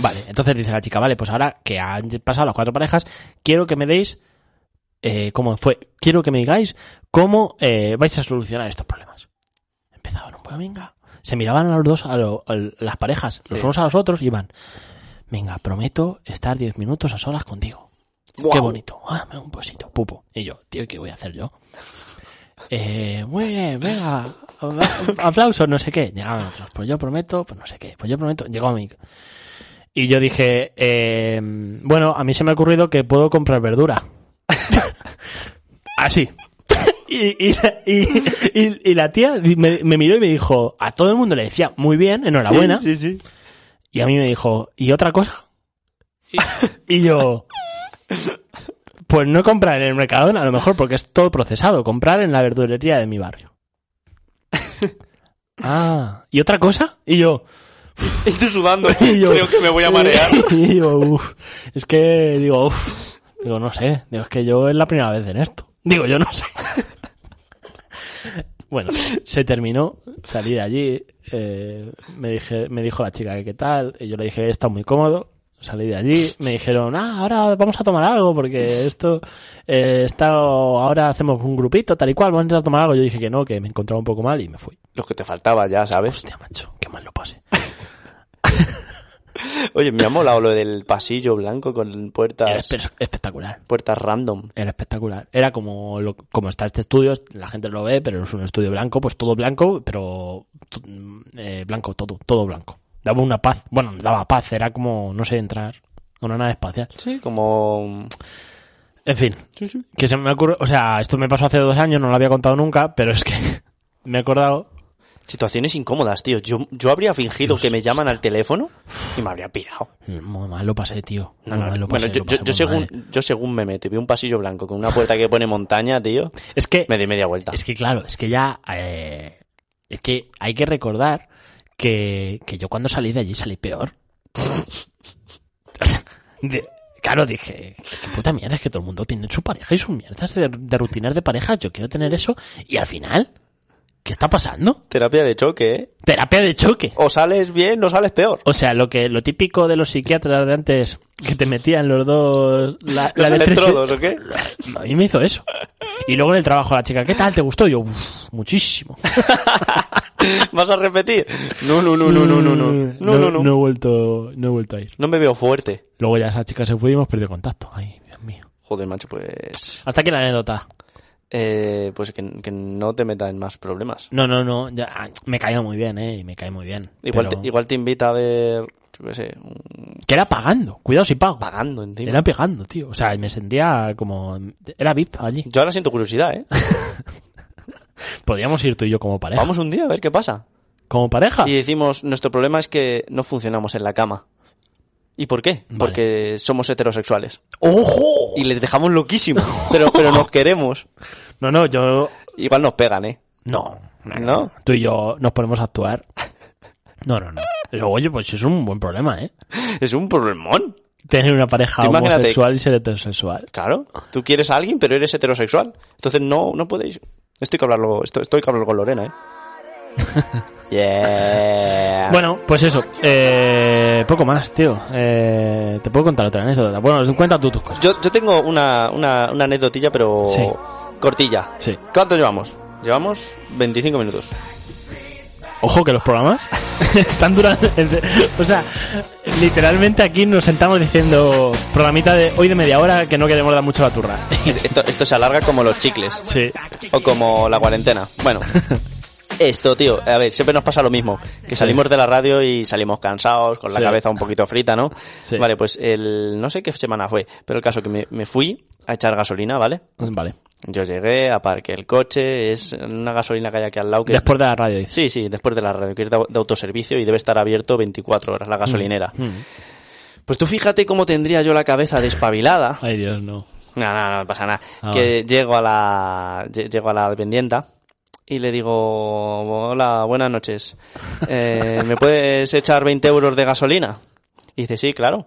Speaker 2: vale, entonces dice la chica, vale, pues ahora que han pasado las cuatro parejas, quiero que me deis. Eh, ¿Cómo fue? Quiero que me digáis cómo eh, vais a solucionar estos problemas. Empezaban, pues venga. Se miraban a los dos, a, lo- a las parejas, los
Speaker 3: Sí.
Speaker 2: unos a los otros, y iban. Venga, prometo estar 10 minutos a solas contigo. Qué
Speaker 3: Guau.
Speaker 2: bonito. Ah, me da un besito, pupo. Y yo, tío, ¿qué voy a hacer yo? Eh, muy bien, venga. (laughs) apla- Aplausos, no sé qué. Llegaban otros. Pues yo prometo, pues no sé qué. Pues yo prometo. Llegó a mí. Y yo dije, eh, bueno, a mí se me ha ocurrido que puedo comprar verdura. (laughs) Así. (laughs) Y, y la, y- y- y la tía di- me, me miró y me dijo, a todo el mundo le decía, muy bien, enhorabuena.
Speaker 3: Sí, sí. sí.
Speaker 2: Y a mí me dijo, ¿y otra cosa? (laughs) Y, y yo, pues no comprar en el Mercadona, a lo mejor porque es todo procesado, comprar en la verdulería de mi barrio. Ah, ¿y otra cosa? Y yo,
Speaker 3: Y tú sudando.
Speaker 2: (laughs) Y yo-
Speaker 3: Creo que me voy a marear.
Speaker 2: (laughs) y yo, "Uf". es que digo, "Uf". digo, no sé, digo, es que yo es la primera vez en esto. Digo, yo no sé. (laughs) Bueno, se terminó, salí de allí, eh, me, dije, me dijo la chica que qué tal, y yo le dije, está muy cómodo, salí de allí, me dijeron, ah, ahora vamos a tomar algo, porque esto eh, está, ahora hacemos un grupito, tal y cual, vamos a tomar algo, yo dije que no, que me encontraba un poco mal y me fui.
Speaker 3: Lo que te faltaba ya, ¿sabes?
Speaker 2: Hostia, macho, qué mal lo pasé.
Speaker 3: Oye, me ha molado lo del pasillo blanco con
Speaker 2: Era
Speaker 3: puertas,
Speaker 2: espe- espectacular.
Speaker 3: puertas random.
Speaker 2: Era espectacular. Era como, lo- como está este estudio, la gente lo ve, pero es un estudio blanco, pues todo blanco, pero t- mm, eh, blanco todo, todo blanco. Daba una paz, bueno, daba paz, era como, no sé, entrar a una nave espacial.
Speaker 3: Sí, como...
Speaker 2: En fin,
Speaker 3: Sí, sí.
Speaker 2: que (laughs) se me ocurre, o sea, esto me pasó hace dos años, no lo había contado nunca, pero es que me he acordado.
Speaker 3: Situaciones incómodas, tío. Yo, yo habría fingido
Speaker 2: Dios,
Speaker 3: que me llaman al teléfono y me habría pirado.
Speaker 2: Muy mal lo pasé, tío.
Speaker 3: No,
Speaker 2: Muy
Speaker 3: no,
Speaker 2: mal lo
Speaker 3: bueno,
Speaker 2: pasé,
Speaker 3: yo,
Speaker 2: lo pasé
Speaker 3: yo- yo
Speaker 2: muy mal.
Speaker 3: según, yo según me meto y veo un pasillo blanco con una puerta que pone montaña, tío,
Speaker 2: Es que
Speaker 3: me di media vuelta.
Speaker 2: Es que claro, es que ya... eh, es que hay que recordar que, que yo cuando salí de allí salí peor. (laughs) De- claro, dije, qué puta mierda, es que todo el mundo tiene su pareja y sus mierdas de, de rutinas de pareja, yo quiero tener eso. Y al final, ¿qué está pasando?
Speaker 3: Terapia de choque, ¿eh?
Speaker 2: Terapia de choque.
Speaker 3: O sales bien o sales peor.
Speaker 2: O sea, lo que lo típico de los psiquiatras de antes, que te metían los dos... La, la
Speaker 3: Los
Speaker 2: electricidad-
Speaker 3: electrodos, ¿o
Speaker 2: (laughs)
Speaker 3: qué?
Speaker 2: A mí me hizo eso. Y luego en el trabajo la chica, ¿qué tal? ¿Te gustó? Y yo, "Uf, muchísimo.
Speaker 3: ¿Vas a repetir? No, no, no, no, no, no, no. No, no, no.
Speaker 2: he vuelto, Mm, no he vuelto a ir.
Speaker 3: No me veo fuerte.
Speaker 2: Luego ya esa chica se fue y hemos perdido contacto. Ay, Dios mío.
Speaker 3: Joder, macho, pues...
Speaker 2: Hasta aquí la anécdota.
Speaker 3: Eh, pues que, que no te metas en más problemas.
Speaker 2: No, no, no. ya- ah, me caía muy bien, eh. y Me caía muy bien.
Speaker 3: Igual,
Speaker 2: Pero-
Speaker 3: te, igual te invita a ver, yo qué sé, un-
Speaker 2: Que era pagando. Cuidado si pago.
Speaker 3: pagando encima.
Speaker 2: Era pagando, tío. O sea, me sentía como... Era VIP allí.
Speaker 3: Yo ahora siento curiosidad, ¿eh?
Speaker 2: Podíamos ir tú y yo como pareja.
Speaker 3: Vamos un día a ver qué pasa.
Speaker 2: Como pareja.
Speaker 3: (laughs) Y decimos, nuestro problema es que no funcionamos en la cama. ¿Y por qué?
Speaker 2: Vale.
Speaker 3: Porque somos heterosexuales.
Speaker 2: ¡Ojo!
Speaker 3: Y les
Speaker 2: (laughs)
Speaker 3: dejamos loquísimos. Pero, pero nos queremos.
Speaker 2: No, no, yo...
Speaker 3: Igual nos pegan, ¿eh?
Speaker 2: No, no,
Speaker 3: ¿No?
Speaker 2: no. Tú y yo nos ponemos a actuar. No, no, no. Pero, oye, pues es un buen problema, ¿eh?
Speaker 3: Es un problemón.
Speaker 2: Tener una pareja
Speaker 3: Tú imagínate-
Speaker 2: homosexual y ser heterosexual.
Speaker 3: Claro. Tú quieres a alguien, pero eres heterosexual. Entonces no, no podéis. Estoy que hablarlo, estoy, estoy que hablarlo con Lorena, ¿eh?
Speaker 2: (laughs)
Speaker 3: yeah.
Speaker 2: Bueno, pues eso. Eh, poco más, tío. Eh, te puedo contar otra anécdota. Bueno, cuenta tú tus cosas.
Speaker 3: Yo, yo tengo una, una, una anecdotilla, pero
Speaker 2: Sí.
Speaker 3: cortilla.
Speaker 2: Sí.
Speaker 3: ¿Cuánto llevamos? Llevamos
Speaker 2: (laughs)
Speaker 3: 25 minutos.
Speaker 2: Ojo que los (laughs) programas están durando. o sea, literalmente aquí nos sentamos diciendo programita de hoy de media hora que no queremos dar mucho la (laughs) turra.
Speaker 3: Esto, esto se alarga como los chicles.
Speaker 2: sí.
Speaker 3: O como la cuarentena.
Speaker 2: (laughs)
Speaker 3: Bueno. Esto, tío, a ver, siempre nos pasa lo mismo, que salimos de la radio y salimos cansados, con la
Speaker 2: Sí.
Speaker 3: cabeza un poquito frita, ¿no?
Speaker 2: Sí.
Speaker 3: Vale, pues el, no sé qué semana fue, pero el caso que me, me fui a echar gasolina, ¿vale?
Speaker 2: Vale.
Speaker 3: Yo llegué, aparqué el coche, es una gasolina que hay aquí al lado que es-
Speaker 2: Después de la radio, dice.
Speaker 3: Sí, sí, después de la radio, que es de au- de autoservicio y debe estar abierto 24 horas la gasolinera.
Speaker 2: Mm.
Speaker 3: Pues tú fíjate cómo tendría yo la cabeza despabilada.
Speaker 2: Ay, Dios, no.
Speaker 3: No, no, no pasa nada.
Speaker 2: Ah,
Speaker 3: que
Speaker 2: vale.
Speaker 3: llego a la lle- llego a la dependienta y le digo, hola, buenas noches. Eh, ¿Me puedes echar 20 euros de gasolina? Y dice, sí, claro.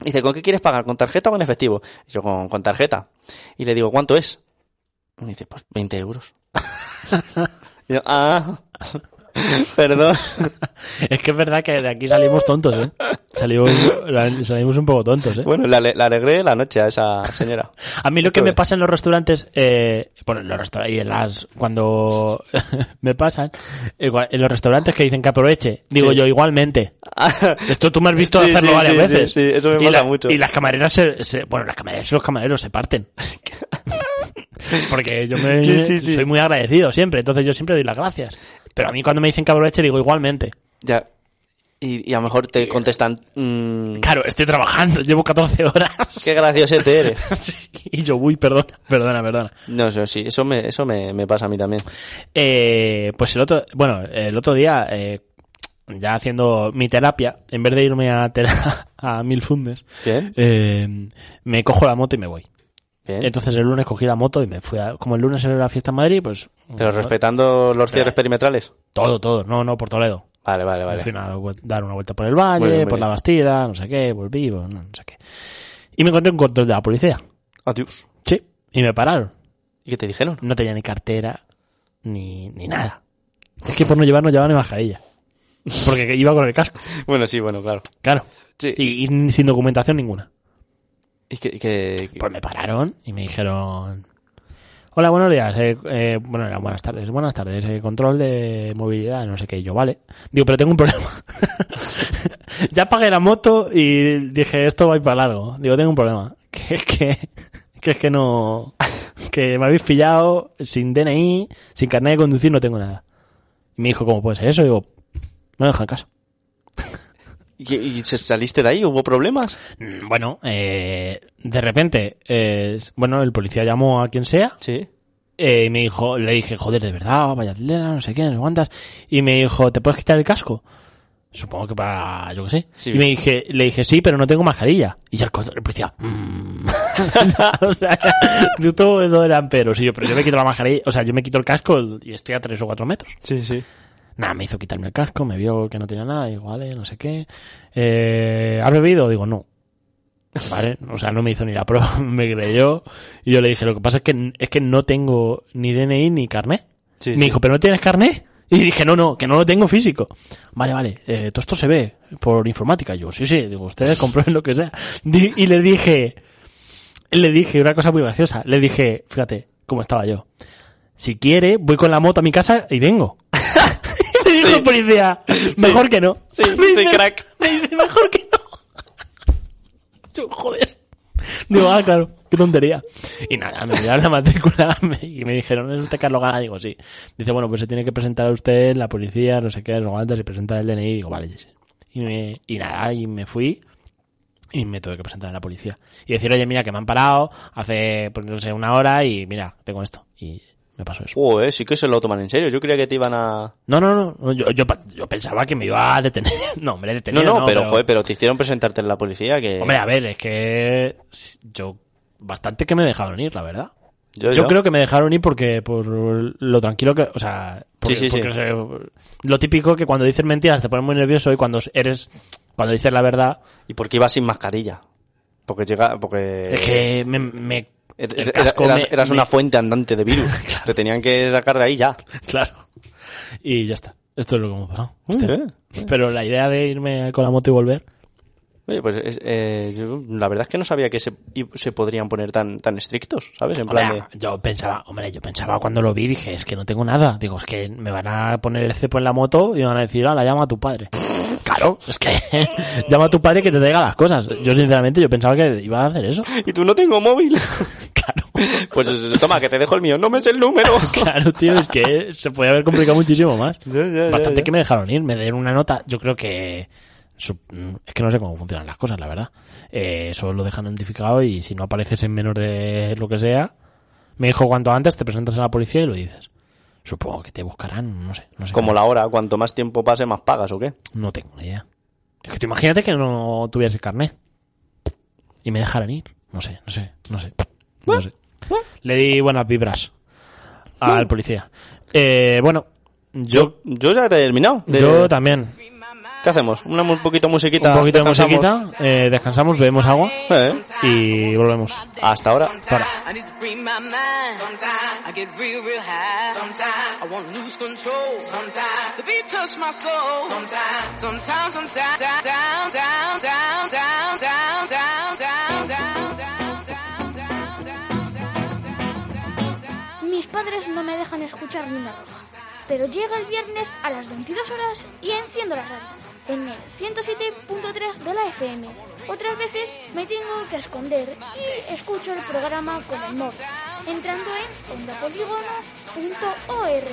Speaker 3: Y dice, ¿con qué quieres pagar? ¿Con tarjeta o en efectivo? Y yo, con, con tarjeta. Y le digo, ¿cuánto es? Y dice, pues 20 euros. (laughs) y yo, ah, (laughs) perdón.
Speaker 2: Es que es verdad que de aquí salimos tontos, (laughs) ¿eh? Salimos, la- salimos un poco tontos, ¿eh?
Speaker 3: Bueno, le, ale- le alegré la noche a esa señora. (laughs)
Speaker 2: A mí lo que
Speaker 3: Esto
Speaker 2: me
Speaker 3: es.
Speaker 2: pasa en los restaurantes, eh, bueno, en los restaurantes, y en las, cuando (laughs) me pasan, igual- en los restaurantes que dicen que aproveche, digo
Speaker 3: Sí.
Speaker 2: yo igualmente. Esto tú me has visto
Speaker 3: Sí,
Speaker 2: hacerlo
Speaker 3: sí,
Speaker 2: varias
Speaker 3: sí,
Speaker 2: veces.
Speaker 3: sí, sí, eso me
Speaker 2: y
Speaker 3: pasa
Speaker 2: la-
Speaker 3: mucho.
Speaker 2: Y las camareras, se, se- bueno, las camareras y los camareros se
Speaker 3: (laughs)
Speaker 2: parten. Porque yo me,
Speaker 3: Sí, sí, sí.
Speaker 2: soy muy agradecido siempre, entonces yo siempre doy las gracias. Pero a mí cuando me dicen que aproveche, digo igualmente.
Speaker 3: Ya. Y, y a lo mejor te contestan, mm,
Speaker 2: Claro, estoy trabajando, (laughs) llevo 14 horas.
Speaker 3: qué graciosete eres.
Speaker 2: (laughs) Sí, y yo, uy, perdona, perdona, perdona.
Speaker 3: No, eso sí, eso me, eso me, me pasa a mí también.
Speaker 2: Eh, pues el otro, bueno, el otro día, eh, ya haciendo mi terapia, en vez de irme a, tera- (laughs) a mil fundes,
Speaker 3: Bien,
Speaker 2: eh, me cojo la moto y me voy.
Speaker 3: bien.
Speaker 2: Entonces el lunes cogí la moto y me fui a, como el lunes era la fiesta en Madrid, pues
Speaker 3: Pero respetando los cierres perimetrales.
Speaker 2: todo, todo, no, no, por Toledo.
Speaker 3: Vale, vale,
Speaker 2: Me
Speaker 3: vale.
Speaker 2: fui a dar- dar una vuelta por el
Speaker 3: Muy
Speaker 2: valle,
Speaker 3: bien, muy
Speaker 2: por la
Speaker 3: bien.
Speaker 2: Bastida, no sé qué, volví, bueno, no, sé qué. Y me encontré un control de la policía.
Speaker 3: Adiós.
Speaker 2: Sí. Y me pararon.
Speaker 3: ¿Y qué te dijeron? (laughs)
Speaker 2: No tenía ni cartera, ni, ni nada. Es que por no llevar, no llevaba ni (laughs) mascarilla. Porque iba con el casco.
Speaker 3: Bueno, sí, bueno, claro.
Speaker 2: Claro.
Speaker 3: Sí.
Speaker 2: Y, y sin documentación ninguna.
Speaker 3: ¿Y que, que- que-
Speaker 2: Pues me pararon y me dijeron... Hola, buenos días. eh, eh, bueno, era buenas tardes. Buenas tardes. eh, control de movilidad, no sé qué. Y Yo, vale. Digo, pero tengo un problema. (laughs) ya pagué la moto y dije, esto va a ir para largo. Digo, tengo un problema. (laughs) Que es que... Que es que no... Que me habéis pillado sin DNI, sin carnet de conducir, no tengo nada. Y me dijo, ¿cómo puede ser eso? Digo, no me dejan caso.
Speaker 3: y, y se- saliste de ahí? ¿Hubo problemas?
Speaker 2: Mm, Bueno, eh, de repente, eh, bueno, el policía llamó a quien sea
Speaker 3: Sí.
Speaker 2: Eh, y me dijo, le dije, joder, de verdad, vaya atleta, no sé qué, no sé cuántas. Y me dijo, ¿te puedes quitar el casco? Supongo que para, yo qué sé.
Speaker 3: Sí.
Speaker 2: y me dije, le dije, sí, pero no tengo mascarilla. Y ya el, control- el policía, "Mm". (laughs) o sea, yo todo lo eran peros. Y yo, pero yo me quito la mascarilla, o sea, yo me quito el casco y estoy a tres o cuatro metros.
Speaker 3: Sí, sí.
Speaker 2: Nada, me hizo quitarme el casco, me vio que no tenía nada, digo, vale, no sé qué. Eh, ¿Has bebido? Digo, no. Vale, (laughs) o sea, no me hizo ni la prueba, (laughs) me creyó. Y yo le dije, lo que pasa es que, es que no tengo ni DNI ni carnet.
Speaker 3: Sí,
Speaker 2: me
Speaker 3: sí.
Speaker 2: dijo, ¿pero no tienes carnet? Y dije, no, no, que no lo tengo físico. Vale, vale, eh, todo esto se ve por informática. Yo, sí, sí, digo, ustedes (laughs) comprueben lo que sea. Di- Y le dije, le dije una cosa muy graciosa. Le dije, fíjate, cómo estaba yo. Si quiere, voy con la moto a mi casa y vengo. Y me (laughs) dijo el policía, mejor que no. (laughs)
Speaker 3: Sí,
Speaker 2: Me dice-
Speaker 3: soy crack.
Speaker 2: Me dice, mejor que no. (laughs) Yo, joder. Digo, ah, claro, qué tontería. Y nada, me miraron la matrícula (laughs) me- y me dijeron, ¿es usted Carlos Gana? Digo, sí. Dice, bueno, pues se tiene que presentar a usted, la policía, no sé qué, no antes y presentar el DNI. Digo, vale, sí, sí. Y, me, y nada, y me fui y me tuve que presentar a la policía. Y decir, oye, mira, que me han parado hace, pues no sé, una hora y mira, tengo esto. Y me pasó eso.
Speaker 3: Joder, sí que se lo toman en serio. Yo creía que te iban a...
Speaker 2: No, no, no, no, yo, yo, pa- yo pensaba que me iba a detener. (laughs) No, hombre,
Speaker 3: No,
Speaker 2: detenido.
Speaker 3: no, pero, joder, pero eh. te hicieron presentarte en la policía que...
Speaker 2: Hombre, a ver, es que yo bastante que me dejaron ir, la verdad.
Speaker 3: yo,
Speaker 2: Yo
Speaker 3: yo.
Speaker 2: creo que me dejaron ir porque por lo tranquilo que, o sea, porque,
Speaker 3: Sí, sí, sí.
Speaker 2: porque se- lo típico que cuando dices mentiras te pones muy nervioso y cuando eres cuando dices la verdad
Speaker 3: ¿Y por qué ibas sin mascarilla? Porque llega... Porque...
Speaker 2: es que me, me-
Speaker 3: er-
Speaker 2: el
Speaker 3: er-
Speaker 2: casco
Speaker 3: Eh, eras,
Speaker 2: me-
Speaker 3: eras
Speaker 2: me-
Speaker 3: una fuente andante de virus. Te tenían que sacar de ahí ya.
Speaker 2: (laughs) claro. Y ya está. Esto es lo que hemos pasado.
Speaker 3: Muy
Speaker 2: Hostia.
Speaker 3: bien.
Speaker 2: Pero la idea de irme con la moto y volver
Speaker 3: Oye, pues es- eh, yo la verdad es que no sabía que se, y- se podrían poner tan, tan estrictos, ¿sabes? En plan
Speaker 2: Hombre, ah,
Speaker 3: de...
Speaker 2: yo pensaba, hombre, yo pensaba cuando lo vi, dije, es que no tengo nada. Digo, es que me van a poner el cepo en la moto y me van a decir, la llama a tu padre. claro, es que (laughs) llama a tu padre que te traiga las cosas. Yo, sinceramente, yo pensaba que iban a hacer eso.
Speaker 3: Y tú no tengo móvil. (laughs)
Speaker 2: Claro,
Speaker 3: pues toma, que te dejo el mío. No me sé el número.
Speaker 2: (laughs) claro, tío, es que se podía haber complicado muchísimo más.
Speaker 3: Ya, ya, ya,
Speaker 2: Bastante
Speaker 3: ya.
Speaker 2: que me dejaron ir, me dieron una nota. Yo creo que. su- mm, Es que no sé cómo funcionan las cosas, la verdad. Eh, eso lo dejan notificado y si no apareces en menos de lo que sea, me dijo cuanto antes te presentas a la policía y lo dices. Supongo que te buscarán, no sé. No, sé
Speaker 3: Como la hora, cuanto más tiempo pase, más pagas, ¿o qué?
Speaker 2: no tengo ni idea. Es que tú imagínate que no tuvieras el carnet y me dejaran ir. No sé, no sé, no sé. No sé. Le di buenas vibras al policía. Eh, bueno, yo,
Speaker 3: Yo eh, ya he terminado. De-
Speaker 2: yo también.
Speaker 3: ¿Qué hacemos? Una mu- poquito musiquita.
Speaker 2: un poquito de
Speaker 3: descansamos.
Speaker 2: musiquita, eh, descansamos, bebemos agua
Speaker 3: Eh,
Speaker 2: y volvemos.
Speaker 3: Hasta ahora.
Speaker 4: I need to bring my mind. Sometimes I get real, real high. Sometimes I want to lose control. Sometimes the beat touch my soul. Sometimes, sometimes, sometimes, down, down, down, down, down, down, down, down, down, down, down, down, down, down, down, down, down.
Speaker 5: Mis padres no me dejan escuchar ni una roja, pero llega el viernes a las 22 horas y enciendo la radio en el 107.3 de la FM. Otras veces me tengo que esconder y escucho el programa con el móvil, entrando en ondapoligono.org.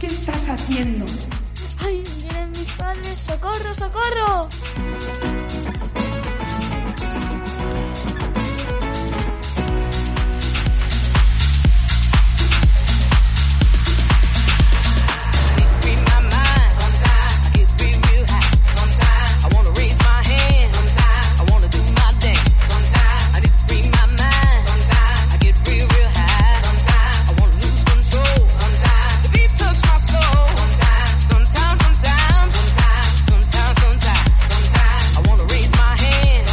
Speaker 6: ¿Qué estás haciendo?
Speaker 5: ¡Ay, vienen mis padres! ¡Socorro, socorro!
Speaker 4: Sometimes, sometimes, sometimes, sometimes, sometimes, sometimes, I wanna raise my hand.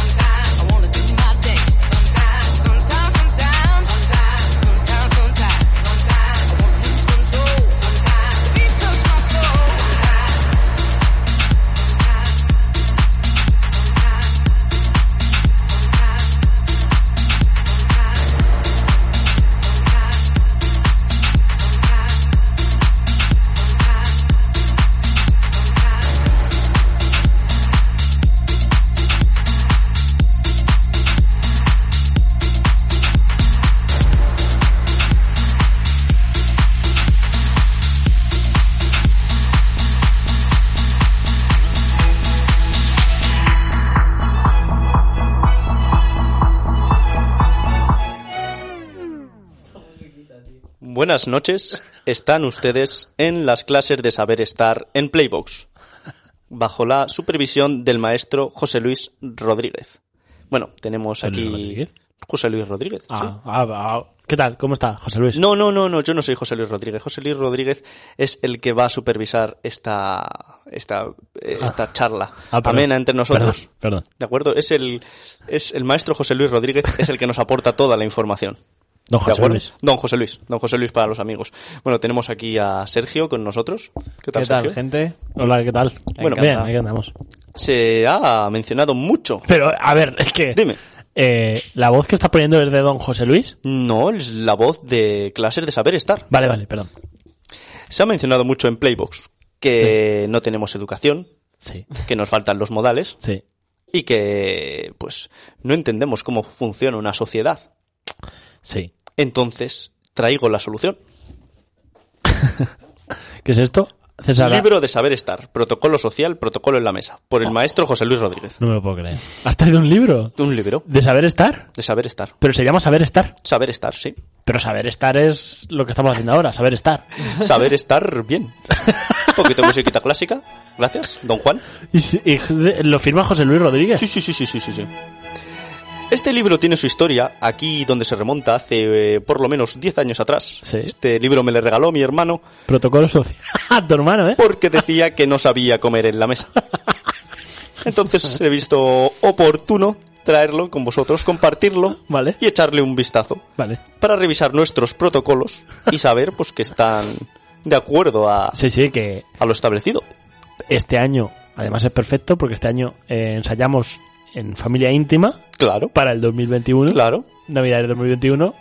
Speaker 3: Buenas noches. Están ustedes en las clases de saber estar en Playbox, bajo la supervisión del maestro José Luis Rodríguez. Bueno, tenemos
Speaker 2: ¿José Luis
Speaker 3: aquí
Speaker 2: Rodríguez?
Speaker 3: José Luis Rodríguez. sí.
Speaker 2: Ah, ah, ah. ¿Qué tal? ¿Cómo está, José Luis?
Speaker 3: No, no, no, no, yo no soy José Luis Rodríguez. José Luis Rodríguez es el que va a supervisar esta, esta, eh, esta charla
Speaker 2: Ah, perdón.
Speaker 3: amena entre nosotros.
Speaker 2: Perdón, perdón.
Speaker 3: ¿De acuerdo? Es el, es el maestro José Luis Rodríguez, es el que nos aporta toda la información.
Speaker 2: Don
Speaker 3: ¿De
Speaker 2: José
Speaker 3: acuerdo?
Speaker 2: Luis.
Speaker 3: Don José Luis, don José Luis para los amigos. Bueno, tenemos aquí a Sergio con nosotros. ¿Qué tal,
Speaker 7: ¿Qué tal,
Speaker 3: Sergio?
Speaker 7: gente?
Speaker 2: Hola, ¿qué tal?
Speaker 3: Bueno,
Speaker 2: bien,
Speaker 7: encantado.
Speaker 2: aquí andamos.
Speaker 3: Se ha mencionado mucho.
Speaker 2: Pero, a ver, es que...
Speaker 3: Dime.
Speaker 2: eh, ¿La voz que estás poniendo es de Don José Luis?
Speaker 3: No, es la voz de clases de saber estar.
Speaker 2: Vale, vale, perdón.
Speaker 3: Se ha mencionado mucho en Playbox que no tenemos educación,
Speaker 2: Sí,
Speaker 3: que nos faltan los modales.
Speaker 2: sí.
Speaker 3: y que pues no entendemos cómo funciona una sociedad.
Speaker 2: Sí.
Speaker 3: Entonces, traigo la solución.
Speaker 2: ¿Qué es esto? César.
Speaker 3: Libro de saber estar, protocolo social, protocolo en la mesa, por el
Speaker 7: Oh.
Speaker 3: maestro José Luis Rodríguez.
Speaker 2: No me lo puedo creer. ¿Has traído un libro?
Speaker 3: Un libro
Speaker 2: ¿De saber estar?
Speaker 3: de saber estar.
Speaker 2: Pero se llama saber estar.
Speaker 3: Saber estar, sí.
Speaker 2: Pero saber estar es lo que estamos haciendo ahora, saber estar.
Speaker 3: Saber estar bien. Un poquito de musiquita clásica. Gracias, don Juan.
Speaker 2: Y, si- y de- lo firma José Luis Rodríguez.
Speaker 3: Sí, sí, sí, sí, sí, sí, sí. Este libro tiene su historia, aquí donde se remonta hace eh, por lo menos 10 años atrás.
Speaker 2: Sí.
Speaker 3: Este libro me le regaló mi hermano
Speaker 2: Protocolo social. (laughs) Ah, tu hermano, ¿eh?
Speaker 3: porque decía que no sabía comer en la mesa. Entonces he visto oportuno traerlo con vosotros, compartirlo
Speaker 2: Vale.
Speaker 3: y echarle un vistazo
Speaker 2: Vale.
Speaker 3: para revisar nuestros protocolos y saber pues que están de acuerdo a,
Speaker 2: Sí, sí, que
Speaker 3: a lo establecido.
Speaker 2: este año además es perfecto porque este año eh, ensayamos en familia íntima
Speaker 3: Claro,
Speaker 2: para el 2021.
Speaker 3: claro.
Speaker 2: Navidad del 2021.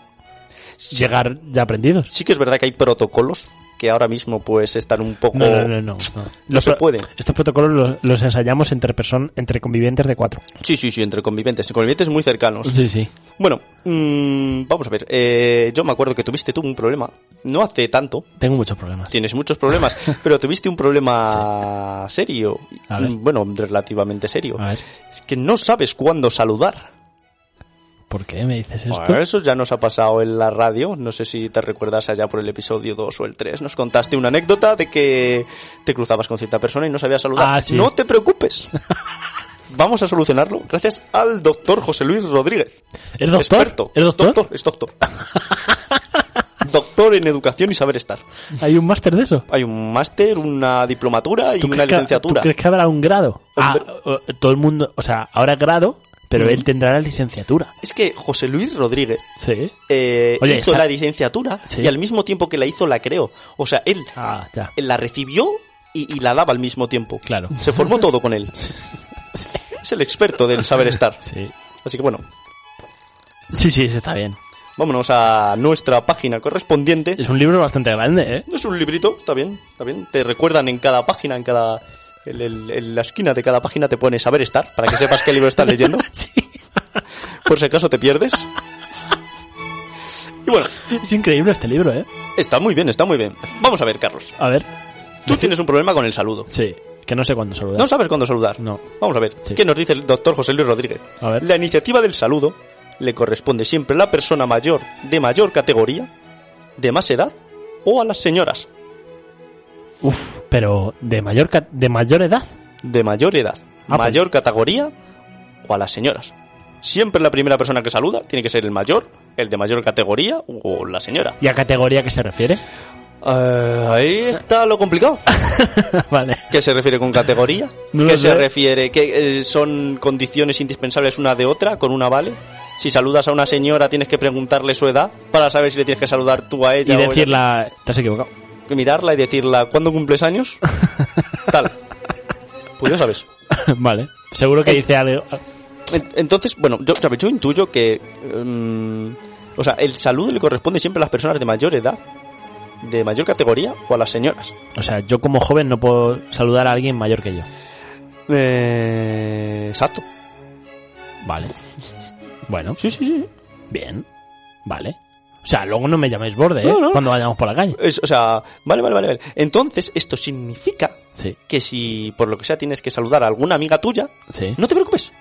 Speaker 2: Llegar ya aprendidos.
Speaker 3: Sí que es verdad que hay protocolos que ahora mismo pues están un poco...
Speaker 2: No, no, no, no. Los
Speaker 3: se
Speaker 2: pro-
Speaker 3: puede.
Speaker 2: Estos protocolos los, los ensayamos entre person entre convivientes de cuatro.
Speaker 3: Sí, sí, sí, entre convivientes, convivientes muy cercanos.
Speaker 2: (laughs) sí.
Speaker 3: Bueno, mm, vamos a ver. eh, yo me acuerdo que tuviste tú un problema, no hace tanto,
Speaker 2: Tengo muchos problemas.
Speaker 3: tienes
Speaker 2: (laughs)
Speaker 3: muchos problemas, pero tuviste un problema serio,
Speaker 2: A ver.
Speaker 3: bueno, relativamente serio,
Speaker 2: A ver,
Speaker 3: es que no sabes cuándo saludar.
Speaker 2: ¿por qué me dices esto?
Speaker 3: Bueno, eso ya nos ha pasado en la radio, no sé si te recuerdas allá por el episodio 2 o el 3, nos contaste una anécdota de que te cruzabas con cierta persona y no sabías saludar.
Speaker 2: Ah, sí.
Speaker 3: No te
Speaker 2: (laughs)
Speaker 3: preocupes. Vamos a solucionarlo gracias al doctor José Luis Rodríguez.
Speaker 2: ¿Es doctor?
Speaker 3: Experto.
Speaker 2: ¿Es doctor?
Speaker 3: Es
Speaker 2: (laughs)
Speaker 3: doctor. doctor en educación y saber estar.
Speaker 2: ¿Hay un máster de eso?
Speaker 3: Hay un máster, una diplomatura y
Speaker 2: ¿Tú
Speaker 3: una
Speaker 2: crees que-
Speaker 3: licenciatura.
Speaker 2: ¿Tú crees que habrá un grado? Ah,
Speaker 3: Hombre.
Speaker 2: o- todo el mundo, o sea, ahora grado, pero
Speaker 3: Mm.
Speaker 2: él tendrá la licenciatura.
Speaker 3: Es que José Luis Rodríguez
Speaker 2: Sí.
Speaker 3: eh,
Speaker 2: Oye,
Speaker 3: hizo
Speaker 2: está-
Speaker 3: la licenciatura
Speaker 2: Sí.
Speaker 3: y al mismo tiempo que la hizo la creó. O sea, él,
Speaker 2: Ah, ya.
Speaker 3: él la recibió y, y la daba al mismo tiempo.
Speaker 2: Claro.
Speaker 3: Se formó todo con él. Es el experto del saber estar.
Speaker 2: Sí.
Speaker 3: Así que bueno,
Speaker 2: Sí, sí, sí, está bien.
Speaker 3: vámonos a nuestra página correspondiente.
Speaker 2: Es un libro bastante grande, ¿eh?
Speaker 3: Es un librito, está bien, está bien. Te recuerdan en cada página, en cada. En, el- en la esquina de cada página te pone saber estar, para que sepas qué libro estás leyendo. Por si acaso te pierdes. Y bueno,
Speaker 2: Es increíble este libro, ¿eh?
Speaker 3: está muy bien, está muy bien. Vamos a ver, Carlos.
Speaker 2: A ver.
Speaker 3: Tú tienes un problema con el saludo.
Speaker 2: Sí, que no sé cuándo saludar.
Speaker 3: No sabes cuándo saludar.
Speaker 2: No.
Speaker 3: Vamos a ver.
Speaker 2: Sí.
Speaker 3: ¿Qué nos dice el doctor José Luis Rodríguez?
Speaker 2: A ver.
Speaker 3: La iniciativa del saludo le corresponde siempre a la persona mayor, de mayor categoría, de más edad o a las señoras
Speaker 2: Uf, pero de mayor, ca- de mayor edad.
Speaker 3: de mayor edad,
Speaker 2: Ah, pues.
Speaker 3: mayor categoría o a las señoras. Siempre la primera persona que saluda tiene que ser el mayor, el de mayor categoría o la señora.
Speaker 2: ¿Y a categoría que se refiere? (laughs)
Speaker 3: Eh, ahí está lo complicado.
Speaker 2: vale.
Speaker 3: ¿Qué se refiere con categoría?
Speaker 2: No lo
Speaker 3: ¿Qué se
Speaker 2: sé.
Speaker 3: refiere? ¿Que eh, son condiciones indispensables una de otra con una vale? Si saludas a una señora tienes que preguntarle su edad para saber si le tienes que saludar tú a ella
Speaker 2: Y
Speaker 3: o ella-
Speaker 2: decirla, te has equivocado. (laughs)
Speaker 3: mirarla y decirla ¿cuándo cumples años? Tal. Pues ya sabes.
Speaker 2: vale. Seguro
Speaker 3: Eh.
Speaker 2: que dice algo.
Speaker 3: En- Entonces, bueno, yo, ¿sabes? yo intuyo que. em, o sea, el saludo le corresponde siempre a las personas de mayor edad, de mayor categoría o a las señoras.
Speaker 2: O sea, yo como joven no puedo saludar a alguien mayor que yo.
Speaker 3: Eh, exacto.
Speaker 2: Vale. Bueno,
Speaker 3: Sí, sí, sí.
Speaker 2: bien. Vale. O sea, luego no me llaméis borde, ¿eh?
Speaker 3: No, no.
Speaker 2: Cuando vayamos por la calle.
Speaker 3: Es- o sea, vale, vale, vale, vale. Entonces, esto significa
Speaker 2: Sí,
Speaker 3: que si por lo que sea tienes que saludar a alguna amiga tuya,
Speaker 2: sí.
Speaker 3: no te preocupes.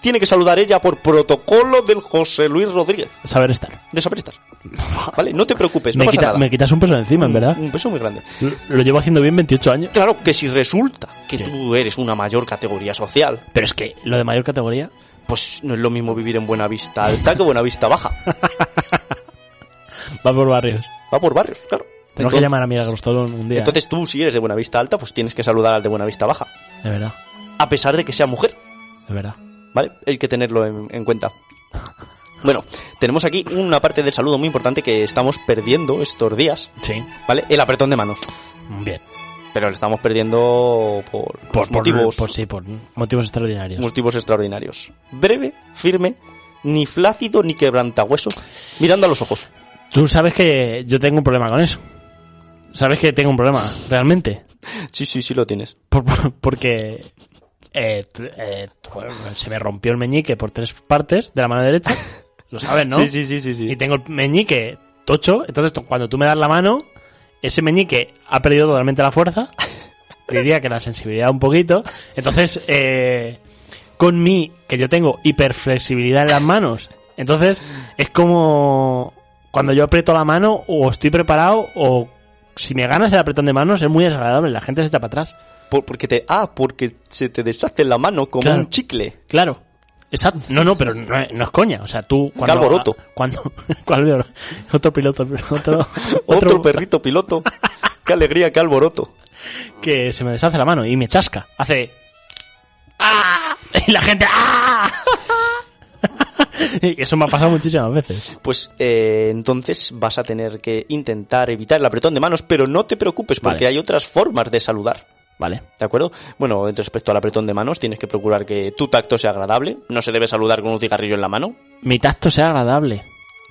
Speaker 3: tiene que saludar ella por protocolo del José Luis Rodríguez.
Speaker 2: Saber estar.
Speaker 3: De
Speaker 2: (laughs)
Speaker 3: saber estar. ¿Vale? No te preocupes, no
Speaker 2: me,
Speaker 3: pasa
Speaker 2: quita-
Speaker 3: nada. Mm.
Speaker 2: me quitas un peso de encima, en verdad.
Speaker 3: Un peso muy grande.
Speaker 2: L- Lo llevo haciendo bien 28 años.
Speaker 3: Claro que si resulta que
Speaker 2: Sí.
Speaker 3: tú eres una mayor categoría social,
Speaker 2: Pero es que lo de mayor categoría.
Speaker 3: pues no es lo mismo vivir en Buena Vista Alta que Buena
Speaker 2: (laughs)
Speaker 3: Vista Baja.
Speaker 2: Va por barrios.
Speaker 3: Va por barrios, claro.
Speaker 2: Tengo que llamar a Mira Grostolón un día.
Speaker 3: entonces tú, si eres de Buena Vista Alta, pues tienes que saludar al de Buena Vista Baja.
Speaker 2: ¿eh? De verdad,
Speaker 3: A pesar de que sea mujer,
Speaker 2: de verdad.
Speaker 3: ¿vale? Hay que tenerlo en, en cuenta. Bueno, tenemos aquí una parte del saludo muy importante que estamos perdiendo estos días,
Speaker 2: Sí.
Speaker 3: ¿vale? El apretón de manos.
Speaker 2: Bien.
Speaker 3: Pero lo estamos perdiendo por,
Speaker 2: Por,
Speaker 3: los motivos,
Speaker 2: Por, sí, por motivos extraordinarios.
Speaker 3: motivos extraordinarios. Breve, firme, ni flácido ni quebrantahuesos, mirando a los ojos.
Speaker 2: Tú sabes que yo tengo un problema con eso. Sabes que tengo un problema, realmente.
Speaker 3: Sí, sí, sí lo tienes.
Speaker 2: Por- por- porque eh, t- eh, bueno, se me rompió el meñique por tres partes de la mano derecha. Lo sabes, ¿no?
Speaker 3: (laughs) Sí, sí, sí, sí, sí.
Speaker 2: Y tengo el meñique tocho. Entonces, t- cuando tú me das la mano, ese meñique ha perdido totalmente la (laughs) fuerza. Diría que la sensibilidad un poquito. Entonces, eh, con mi, que yo tengo hiperflexibilidad en las manos. Entonces, es como cuando yo aprieto la mano, o estoy preparado, o si me ganas el apretón de manos, es muy desagradable. La gente se echa para atrás.
Speaker 3: Por- porque te, ah, porque se te deshace la mano como
Speaker 2: Claro.
Speaker 3: un chicle.
Speaker 2: Claro. Exacto. No, no, pero no, es- no es coña. O sea, tú cuando...
Speaker 3: alboroto.
Speaker 2: Cuando... (laughs) cuando- otro (laughs) piloto. Otro,
Speaker 3: Otro, perrito piloto. (laughs) qué alegría, qué alboroto.
Speaker 2: que se me deshace la mano y me chasca. Hace. ¡Ah! Y la gente. ¡Ah! (laughs) Y Eso me ha pasado muchísimas veces.
Speaker 3: Pues eh, entonces vas a tener que intentar evitar el apretón de manos, pero no te preocupes porque
Speaker 2: Vale.
Speaker 3: hay otras formas de saludar.
Speaker 2: Vale.
Speaker 3: ¿De acuerdo? Bueno, respecto al apretón de manos, tienes que procurar que tu tacto sea agradable. No se debe saludar con un cigarrillo en la mano.
Speaker 2: Mi tacto sea agradable.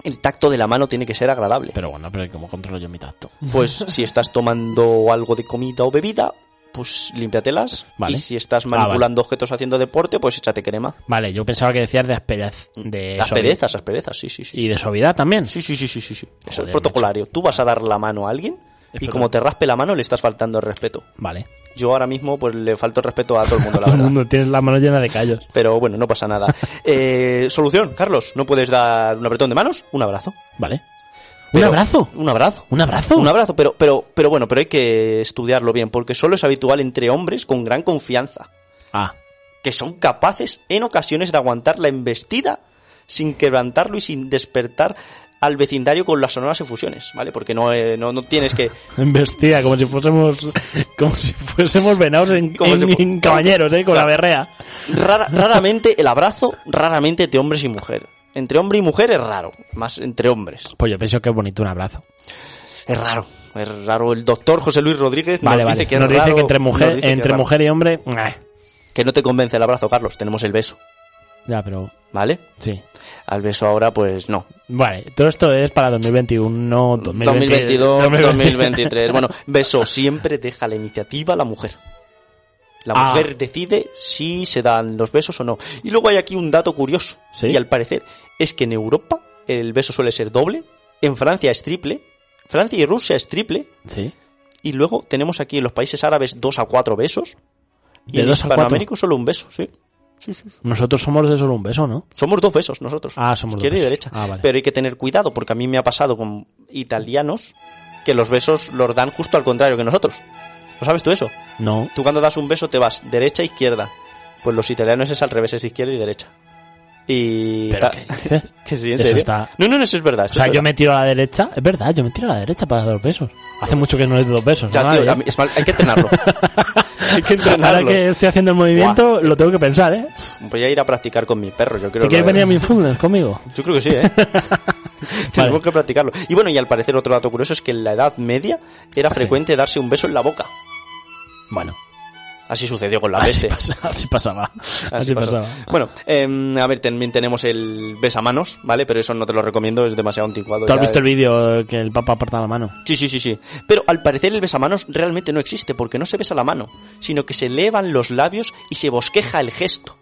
Speaker 3: El tacto de la mano tiene que ser agradable.
Speaker 2: Pero bueno, pero ¿cómo controlo yo mi tacto? (laughs)
Speaker 3: Pues si estás tomando algo de comida o bebida, pues límpiatelas.
Speaker 2: Vale.
Speaker 3: Y si estás
Speaker 2: Ah, vale.
Speaker 3: manipulando objetos haciendo deporte, pues échate crema.
Speaker 2: Vale, yo pensaba que decías de asperez. De suavidad.
Speaker 3: Asperezas, asperezas, sí, sí, sí.
Speaker 2: Y de suavidad también.
Speaker 3: Sí, sí, sí, sí, sí. sí. Eso
Speaker 2: Joder,
Speaker 3: es protocolario. Tú vas a dar la mano a alguien y
Speaker 2: Espera.
Speaker 3: como te raspe la mano le estás faltando el respeto.
Speaker 2: Vale.
Speaker 3: Yo ahora mismo pues le falto el respeto a todo el mundo,
Speaker 2: (laughs)
Speaker 3: la
Speaker 2: Todo el
Speaker 3: verdad.
Speaker 2: mundo tiene la mano llena de callos.
Speaker 3: Pero bueno, no
Speaker 2: (laughs)
Speaker 3: pasa nada. Eh, solución, Carlos, ¿no puedes dar un apretón de manos? Un abrazo.
Speaker 2: Vale.
Speaker 3: Pero-
Speaker 2: ¿Un abrazo?
Speaker 3: Un abrazo.
Speaker 2: ¿Un abrazo?
Speaker 3: Un abrazo, pero, pero, pero bueno, pero hay que estudiarlo bien, porque solo es habitual entre hombres con gran confianza,
Speaker 2: Ah,
Speaker 3: que son capaces en ocasiones de aguantar la embestida sin quebrantarlo y sin despertar al vecindario con las sonoras efusiones, ¿vale? Porque no, eh, no, no tienes que...
Speaker 2: embestida, como si fuésemos. Como si fuésemos venados en,
Speaker 3: Como si
Speaker 2: en-
Speaker 3: fu-
Speaker 2: en caballeros, ¿eh? Con la berrea.
Speaker 3: Rara- raramente el abrazo, raramente entre hombres y mujer. Entre hombre y mujer es raro, más entre hombres.
Speaker 2: Pues yo pienso que es bonito un abrazo.
Speaker 3: Es raro, es raro. El doctor José Luis Rodríguez nos
Speaker 2: Vale,
Speaker 3: dice
Speaker 2: vale.
Speaker 3: que es
Speaker 2: nos dice
Speaker 3: raro,
Speaker 2: que entre mujer,
Speaker 3: nos dice que es
Speaker 2: entre
Speaker 3: raro.
Speaker 2: mujer y hombre. eh. ¡mua!
Speaker 3: Que no te convence el abrazo, Carlos, tenemos el beso,
Speaker 2: Ya, pero.
Speaker 3: ¿vale?
Speaker 2: Sí.
Speaker 3: Al beso ahora, pues no.
Speaker 2: Vale, todo esto es para 2021, 2020,
Speaker 3: 2022, 2023. Bueno, beso, siempre deja la iniciativa a la mujer. La
Speaker 2: Ah.
Speaker 3: mujer decide si se dan los besos o no. Y luego hay aquí un dato curioso.
Speaker 2: ¿Sí?
Speaker 3: Y al parecer es que en Europa el beso suele ser doble, en Francia es triple, Francia y Rusia es triple,
Speaker 2: (laughs) Sí.
Speaker 3: y luego tenemos aquí en los países árabes dos a cuatro besos, y
Speaker 2: De
Speaker 3: en
Speaker 2: dos a cuatro.
Speaker 3: Hispanoamérica solo un beso, sí.
Speaker 2: Nosotros somos de solo un beso, ¿no?
Speaker 3: Somos dos besos nosotros.
Speaker 2: Ah, somos dos
Speaker 3: Izquierda y
Speaker 2: besos.
Speaker 3: derecha.
Speaker 2: Ah, vale.
Speaker 3: Pero hay que tener cuidado porque a mí me ha pasado con italianos que los besos los dan justo al contrario que nosotros. ¿No sabes tú eso?
Speaker 2: No.
Speaker 3: Tú cuando das un beso te vas derecha e izquierda. Pues los italianos es al revés, es izquierda y derecha. Y
Speaker 2: Pero
Speaker 3: ta-
Speaker 2: ¿qué dices?
Speaker 3: (laughs) que sí, en
Speaker 2: Eso
Speaker 3: serio.
Speaker 2: está-
Speaker 3: No, no, no, eso es verdad.
Speaker 2: O
Speaker 3: eso
Speaker 2: sea,
Speaker 3: es
Speaker 2: yo
Speaker 3: verdad.
Speaker 2: me tiro a la derecha. Es verdad, yo me tiro a la derecha para dar dos besos. Hace mucho que no le doy dos besos.
Speaker 3: Ya,
Speaker 2: ¿no?
Speaker 3: tío,
Speaker 2: Ya.
Speaker 3: a mí- es mal- hay
Speaker 2: (laughs)
Speaker 3: que entrenarlo. hay que entrenarlo.
Speaker 2: Ahora que estoy haciendo el movimiento, lo tengo que pensar, ¿eh?
Speaker 3: Voy a ir a practicar con mi perro, yo creo.
Speaker 2: ¿Te quieres
Speaker 3: lo-
Speaker 2: venir a mi funeral
Speaker 3: (laughs)
Speaker 2: conmigo?
Speaker 3: Yo creo que sí,
Speaker 2: (laughs)
Speaker 3: ¿eh? Tenemos
Speaker 2: Vale.
Speaker 3: que practicarlo. Y bueno, y al parecer otro dato curioso es que en la Edad Media era frecuente darse un beso en la boca.
Speaker 2: Bueno,
Speaker 3: Así sucedió con la
Speaker 2: así, (laughs)
Speaker 3: peste.
Speaker 2: pasa- así pasaba. Así,
Speaker 3: pasó.
Speaker 2: pasaba.
Speaker 3: Bueno, em, a ver, también tenemos el besamanos, ¿vale? Pero eso no te lo recomiendo, es demasiado anticuado.
Speaker 2: ¿Tú has
Speaker 3: ya,
Speaker 2: visto
Speaker 3: eh.
Speaker 2: el vídeo que el Papa aparta la mano?
Speaker 3: Sí, sí, sí, sí. Pero al parecer el besamanos realmente no existe porque no se besa la mano, sino que se elevan los labios y se bosqueja el gesto.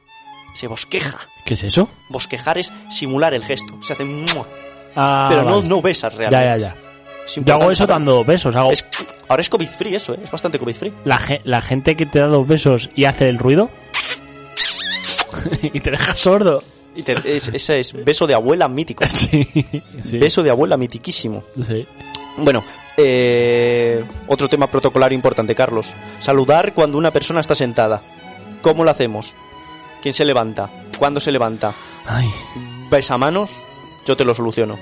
Speaker 3: Se bosqueja.
Speaker 2: ¿Qué es eso?
Speaker 3: Bosquejar es simular el gesto. Se hace... ¡mua!
Speaker 2: Ah,
Speaker 3: Pero no,
Speaker 2: vale.
Speaker 3: no besas realmente.
Speaker 2: Ya, ya, ya.
Speaker 3: Es
Speaker 2: Yo hago
Speaker 3: importante
Speaker 2: eso
Speaker 3: saberlo.
Speaker 2: dando besos. Hago
Speaker 3: Oh. Es- ahora es COVID free eso, ¿eh? es bastante COVID free. (laughs)
Speaker 2: la, ge- la gente que te da dos besos y hace el ruido. y te deja sordo.
Speaker 3: Y te- es- ese es beso de abuela mítico.
Speaker 2: Sí, sí.
Speaker 3: Beso de abuela mitiquísimo.
Speaker 2: Sí.
Speaker 3: Bueno, eh, otro tema protocolario importante, Carlos. Saludar cuando una persona está sentada. ¿Cómo lo hacemos? ¿Quién se levanta? ¿Cuándo se levanta?
Speaker 2: Ay,
Speaker 3: ¿Vais a manos? Yo te lo soluciono.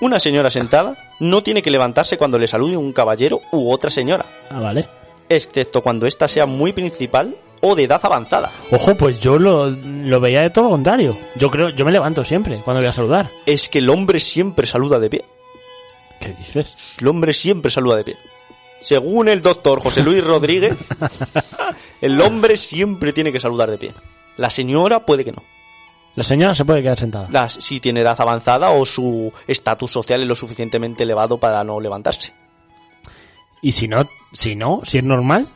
Speaker 3: Una señora sentada no tiene que levantarse cuando le salude un caballero u otra señora,
Speaker 2: ah, vale.
Speaker 3: excepto cuando ésta sea muy principal o de edad avanzada.
Speaker 2: Ojo, pues yo lo, lo veía de todo lo contrario. Yo creo, yo me levanto siempre cuando voy a saludar.
Speaker 3: Es que el hombre siempre saluda de pie.
Speaker 2: ¿Qué dices?
Speaker 3: El hombre siempre saluda de pie. Según el doctor José
Speaker 2: (laughs)
Speaker 3: Luis Rodríguez, el hombre siempre tiene que saludar de pie. La señora puede que no.
Speaker 2: La señora se puede quedar sentada.
Speaker 3: Las- si tiene edad avanzada o su estatus social es lo suficientemente elevado para no levantarse.
Speaker 2: Y si no, si no, si es normal,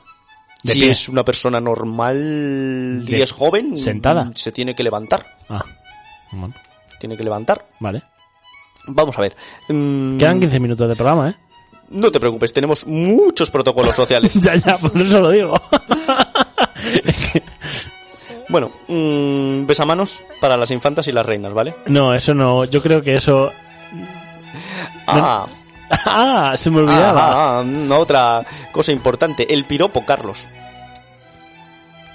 Speaker 2: de
Speaker 3: si
Speaker 2: pie.
Speaker 3: es una persona normal y
Speaker 2: De-
Speaker 3: es joven,
Speaker 2: sentada.
Speaker 3: se tiene que levantar.
Speaker 2: Ah, bueno,
Speaker 3: Tiene que levantar.
Speaker 2: vale.
Speaker 3: Vamos a ver. Mm,
Speaker 2: Quedan 15 minutos de programa, ¿eh?
Speaker 3: No te preocupes, tenemos muchos protocolos sociales.
Speaker 2: (laughs) ya, ya, por eso lo digo. (laughs)
Speaker 3: bueno, mm, besamanos para las infantas y las reinas, ¿vale?
Speaker 2: no, eso no. Yo creo que eso. (laughs)
Speaker 3: Ah,
Speaker 2: ¡Ah! Se me
Speaker 3: ah,
Speaker 2: olvidaba.
Speaker 3: ah, mm, otra cosa importante, el piropo, Carlos.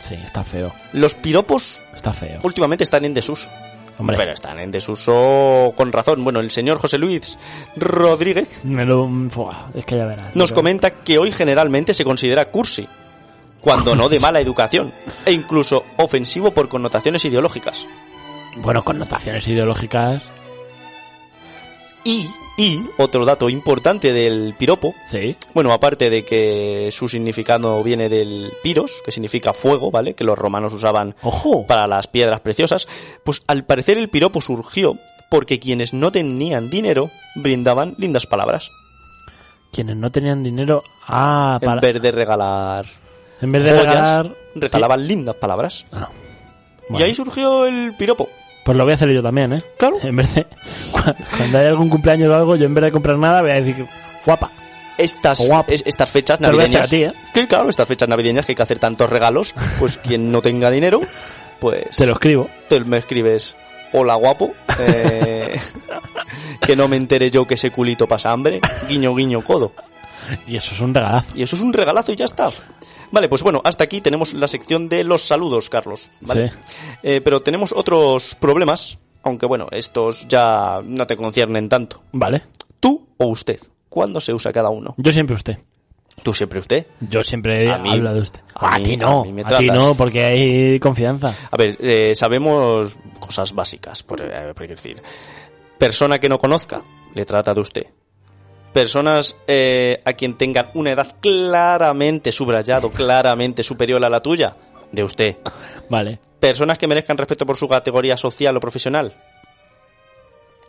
Speaker 2: Sí, está feo.
Speaker 3: Los piropos
Speaker 2: Está feo.
Speaker 3: últimamente están en desuso.
Speaker 2: Hombre,
Speaker 3: Pero están en desuso con razón. Bueno, el señor José Luis Rodríguez
Speaker 2: me lo. Buah, es que ya verás.
Speaker 3: nos
Speaker 2: Yo-
Speaker 3: comenta que hoy generalmente se considera cursi, cuando no de mala educación, e incluso ofensivo por connotaciones ideológicas.
Speaker 2: Bueno, connotaciones ideológicas.
Speaker 3: Y, y otro dato importante del piropo,
Speaker 2: Sí.
Speaker 3: bueno, aparte de que su significado viene del piros, que significa fuego, ¿vale? Que los romanos usaban
Speaker 2: ¡Ojo!
Speaker 3: para las piedras preciosas, pues al parecer el piropo surgió porque quienes no tenían dinero brindaban lindas palabras.
Speaker 2: Quienes no tenían dinero. Ah, para.
Speaker 3: En vez de regalar
Speaker 2: en vez de
Speaker 3: joyas,
Speaker 2: regalar.
Speaker 3: regalaban lindas palabras.
Speaker 2: Ah,
Speaker 3: Y
Speaker 2: bueno.
Speaker 3: ahí surgió el piropo.
Speaker 2: Pues lo voy a hacer yo también, ¿eh?
Speaker 3: Claro.
Speaker 2: En vez de. (laughs) cu- Cuando hay algún cumpleaños o algo, yo en vez de comprar nada, voy a decir. Guapa.
Speaker 3: Estas,
Speaker 2: Guapo.
Speaker 3: es- estas fechas
Speaker 2: Te lo voy a hacer
Speaker 3: navideñas.
Speaker 2: a ti, ¿eh?
Speaker 3: Que claro, estas fechas navideñas que hay que hacer tantos regalos,
Speaker 2: (laughs)
Speaker 3: pues quien no tenga dinero, pues
Speaker 2: Te lo escribo.
Speaker 3: te- me escribes hola guapo,
Speaker 2: (laughs)
Speaker 3: eh, que no me entere yo que ese culito pasa hambre, guiño guiño codo.
Speaker 2: Y eso es un regalazo.
Speaker 3: Y eso es un regalazo y ya está. Vale, pues bueno, hasta aquí tenemos la sección de los saludos, Carlos. ¿vale?
Speaker 2: Sí.
Speaker 3: Eh, pero tenemos otros problemas, aunque bueno, estos ya no te conciernen tanto.
Speaker 2: Vale.
Speaker 3: ¿Tú o usted? ¿Cuándo se usa cada uno?
Speaker 2: Yo siempre usted.
Speaker 3: Tú siempre usted.
Speaker 2: Yo siempre
Speaker 3: A mí-
Speaker 2: hablo de usted.
Speaker 3: a
Speaker 2: A,
Speaker 3: mí-
Speaker 2: ti no.
Speaker 3: a mí me
Speaker 2: A ti
Speaker 3: tratas.
Speaker 2: no, porque hay confianza.
Speaker 3: A ver, eh, sabemos cosas básicas, por, eh, por decir. Persona que no conozca, le trata de usted. Personas eh, a quien tengan una edad claramente subrayado, claramente superior a la tuya, de usted.
Speaker 2: Vale.
Speaker 3: Personas que merezcan respeto por su categoría social o profesional,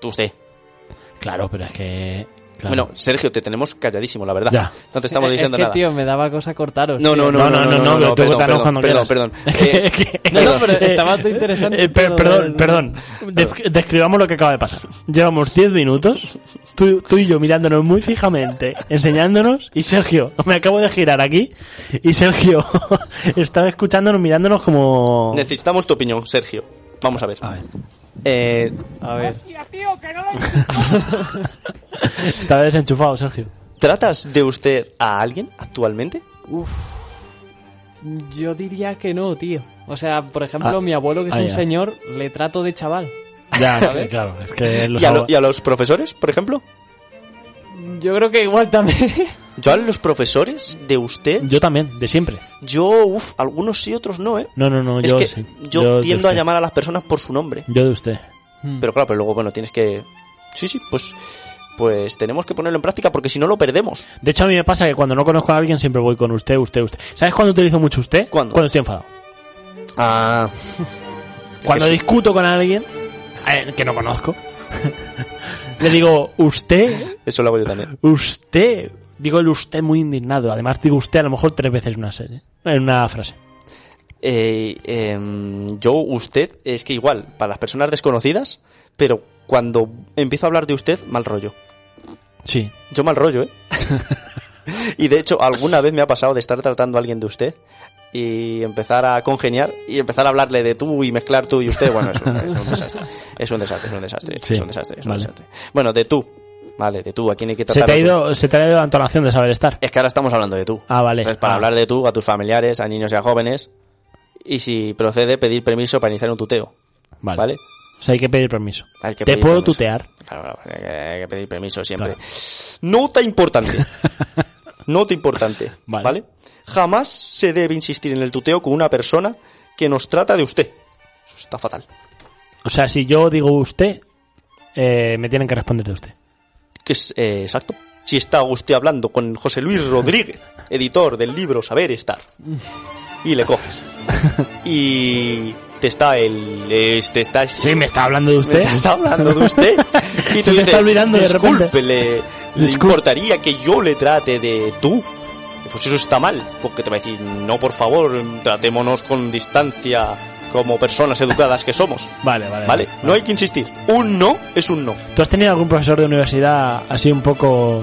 Speaker 3: tú usted.
Speaker 2: Claro, pero es que. claro.
Speaker 3: Bueno, Sergio, te tenemos calladísimo, la verdad.
Speaker 2: Ya.
Speaker 3: No te estamos diciendo
Speaker 7: Eh, es que,
Speaker 3: nada.
Speaker 7: tío, me daba cosa cortaros.
Speaker 3: No, no,
Speaker 7: tío.
Speaker 3: no, no, no, no,
Speaker 2: pero tú
Speaker 3: perdón,
Speaker 2: cuéntanos
Speaker 3: perdón,
Speaker 2: cuando quieras.
Speaker 3: perdón,
Speaker 2: (laughs)
Speaker 3: perdón.
Speaker 2: Es que-
Speaker 3: Eh,
Speaker 2: es que- (laughs)
Speaker 7: No, no, pero estaba todo interesante.
Speaker 2: Eh, per-
Speaker 7: todo
Speaker 2: perdón,
Speaker 7: el-
Speaker 2: perdón. Def- describamos lo que acaba de pasar. Llevamos 10 minutos, tú, tú y yo mirándonos muy fijamente, enseñándonos, y Sergio, me acabo de girar aquí, y Sergio (laughs) estaba escuchándonos, mirándonos como...
Speaker 3: Necesitamos tu opinión, Sergio. Vamos a ver.
Speaker 2: A ver,
Speaker 3: Eh,
Speaker 7: A ver.
Speaker 2: estaba desenchufado, Sergio.
Speaker 3: ¿Tratas de usted a alguien actualmente?
Speaker 7: Yo diría que no, tío. O sea, por ejemplo,
Speaker 2: Ah,
Speaker 7: mi abuelo, que es
Speaker 2: ah,
Speaker 7: un
Speaker 2: ya.
Speaker 7: señor, le trato de chaval.
Speaker 2: Ya, claro, es que los
Speaker 3: ¿Y a, lo-
Speaker 2: abue-
Speaker 3: y a los profesores, por ejemplo?
Speaker 7: Yo creo que igual también.
Speaker 3: Yo a los profesores de usted,
Speaker 2: Yo también, de siempre.
Speaker 3: yo, uff, algunos sí, otros no, ¿eh?
Speaker 2: No, no, no,
Speaker 3: es
Speaker 2: yo
Speaker 3: que
Speaker 2: sí.
Speaker 3: yo,
Speaker 2: de
Speaker 3: tiendo a
Speaker 2: usted.
Speaker 3: llamar a las personas por su nombre.
Speaker 2: Yo de usted.
Speaker 3: Pero claro, pero luego, bueno, tienes que... Sí, sí, pues... Pues tenemos que ponerlo en práctica porque si no lo perdemos.
Speaker 2: De hecho, a mí me pasa que cuando no conozco a alguien siempre voy con usted, usted, usted. ¿Sabes cuándo utilizo mucho usted?
Speaker 3: ¿Cuándo?
Speaker 2: Cuando estoy enfadado.
Speaker 3: Ah.
Speaker 2: Cuando
Speaker 3: Eso.
Speaker 2: discuto con alguien eh, que no conozco, (laughs) le digo, usted,
Speaker 3: Eso lo hago yo también.
Speaker 2: usted. Digo el usted muy indignado. Además, digo usted a lo mejor tres veces en una serie, en una frase.
Speaker 3: Eh, em, yo, usted, es que igual, para las personas desconocidas, pero cuando empiezo a hablar de usted, mal rollo.
Speaker 2: Sí. (laughs)
Speaker 3: Yo mal rollo, ¿eh? y de hecho, alguna vez me ha pasado de estar tratando a alguien de usted y empezar a congeniar y empezar a hablarle de tú y mezclar tú y usted. Bueno, es un, es un desastre. Es un desastre, es un desastre.
Speaker 2: Sí,
Speaker 3: es un desastre, es un
Speaker 2: vale.
Speaker 3: desastre. Bueno, de tú. Vale, de tú, ¿a quién hay que
Speaker 2: Se
Speaker 3: tratar?
Speaker 2: te, ha ido, se te ha ido la entonación de saber estar.
Speaker 3: Es que ahora estamos hablando de tú.
Speaker 2: Ah, vale.
Speaker 3: Entonces, para
Speaker 2: Ah.
Speaker 3: hablar de tú a tus familiares, a niños y a jóvenes, y si procede, pedir permiso para iniciar un tuteo.
Speaker 2: Vale.
Speaker 3: ¿Vale?
Speaker 2: O sea, hay que pedir permiso.
Speaker 3: Hay que
Speaker 2: te
Speaker 3: pedir
Speaker 2: puedo
Speaker 3: permiso.
Speaker 2: tutear.
Speaker 3: Claro, claro, hay que- hay que pedir permiso siempre.
Speaker 2: Claro. (laughs)
Speaker 3: Nota importante. Nota importante.
Speaker 2: Vale.
Speaker 3: Vale. Jamás se debe insistir en el tuteo con una persona que nos trata de usted. Eso está fatal.
Speaker 2: O sea, si yo digo usted, eh, me tienen que responder de usted.
Speaker 3: Que es eh, exacto. Si está usted hablando con José Luis
Speaker 2: (laughs)
Speaker 3: Rodríguez, editor del libro Saber Estar, y le coges.
Speaker 2: (laughs)
Speaker 3: Y te está el. eh, te está.
Speaker 2: Sí, me está hablando de usted.
Speaker 3: Me
Speaker 2: (laughs)
Speaker 3: está hablando de (laughs) usted. Y
Speaker 2: Se
Speaker 3: tú
Speaker 2: te
Speaker 3: dices,
Speaker 2: está olvidando de
Speaker 3: "Disculpe,
Speaker 2: repente".
Speaker 3: ¿le, le
Speaker 2: Disculpe.
Speaker 3: importaría que yo le trate de tú? Pues eso está mal, porque te va a decir, no, por favor, tratémonos con distancia como personas educadas que somos.
Speaker 2: Vale, vale.
Speaker 3: ¿Vale? No hay que insistir. Un no es un no.
Speaker 2: ¿Tú has tenido algún profesor de universidad así un poco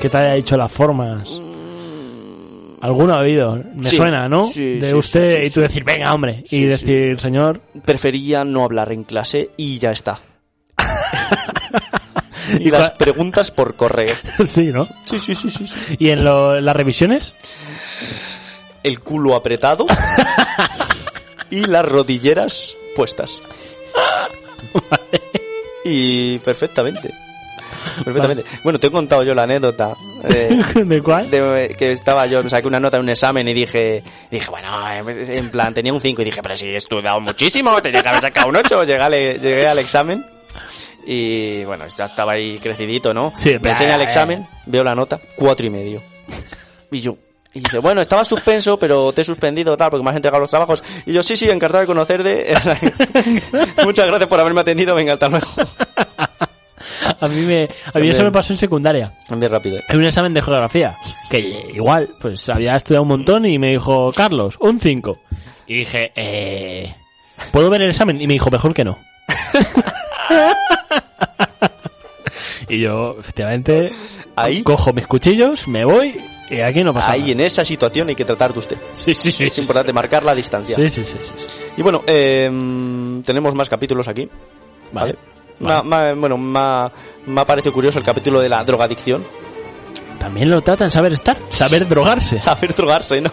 Speaker 2: que te haya dicho las formas? ¿Alguno ha habido? Me
Speaker 3: Mm. Sí,
Speaker 2: suena, ¿no?
Speaker 3: sí,
Speaker 2: de
Speaker 3: sí,
Speaker 2: usted
Speaker 3: sí, sí,
Speaker 2: y tú
Speaker 3: sí.
Speaker 2: decir, venga, hombre.
Speaker 3: Sí,
Speaker 2: y
Speaker 3: sí.
Speaker 2: decir, señor.
Speaker 3: Prefería no hablar en clase y ya está.
Speaker 2: Y
Speaker 3: (laughs) y las
Speaker 2: cua-
Speaker 3: preguntas por correo.
Speaker 2: sí, ¿no?
Speaker 3: (laughs) Sí, sí, sí, sí, sí.
Speaker 2: ¿Y en lo- en las revisiones? (laughs)
Speaker 3: el culo apretado y las rodilleras puestas. Y perfectamente. Perfectamente. Bueno, te he contado yo la anécdota. eh,
Speaker 2: (laughs) ¿De cuál?
Speaker 3: de- que estaba yo, me saqué una nota en un examen y dije, dije, bueno, eh, pues, en plan, tenía un 5 y dije, pero si he estudiado muchísimo, tenía que haber sacado un 8. Llegué al, llegué al examen y bueno, ya estaba ahí crecidito, ¿no?
Speaker 2: Sí, eh.
Speaker 3: me
Speaker 2: pero-
Speaker 3: enseña el examen, veo la nota, cuatro y medio. Y yo, y dice, bueno, estaba suspenso, pero te he suspendido, tal, porque me has entregado los trabajos. Y yo, sí, sí, encantado de conocerte. (laughs) Muchas gracias por haberme atendido, venga, hasta luego. (laughs)
Speaker 2: A mí, me, a mí eso
Speaker 3: También.
Speaker 2: me pasó en secundaria.
Speaker 3: Bien rápido.
Speaker 2: en un examen de geografía. Que igual, pues había estudiado un montón y me dijo, Carlos, un 5. Y dije, eh, ¿puedo ver el examen? Y me dijo, mejor que no. (laughs) y yo, efectivamente,
Speaker 3: Ahí,
Speaker 2: cojo mis cuchillos, me voy y aquí no pasa
Speaker 3: ahí
Speaker 2: nada.
Speaker 3: en esa situación hay que tratar de usted.
Speaker 2: Sí, sí, sí.
Speaker 3: Es importante marcar la distancia.
Speaker 2: Sí, sí, sí, sí, sí.
Speaker 3: Y bueno, eh, tenemos más capítulos aquí.
Speaker 2: Vale.
Speaker 3: Vale. Ma- ma- bueno, ma- me ha parecido curioso el capítulo de la drogadicción.
Speaker 2: También lo tratan saber estar, saber drogarse.
Speaker 3: (laughs) Saber
Speaker 2: (laughs)
Speaker 3: drogarse, ¿no?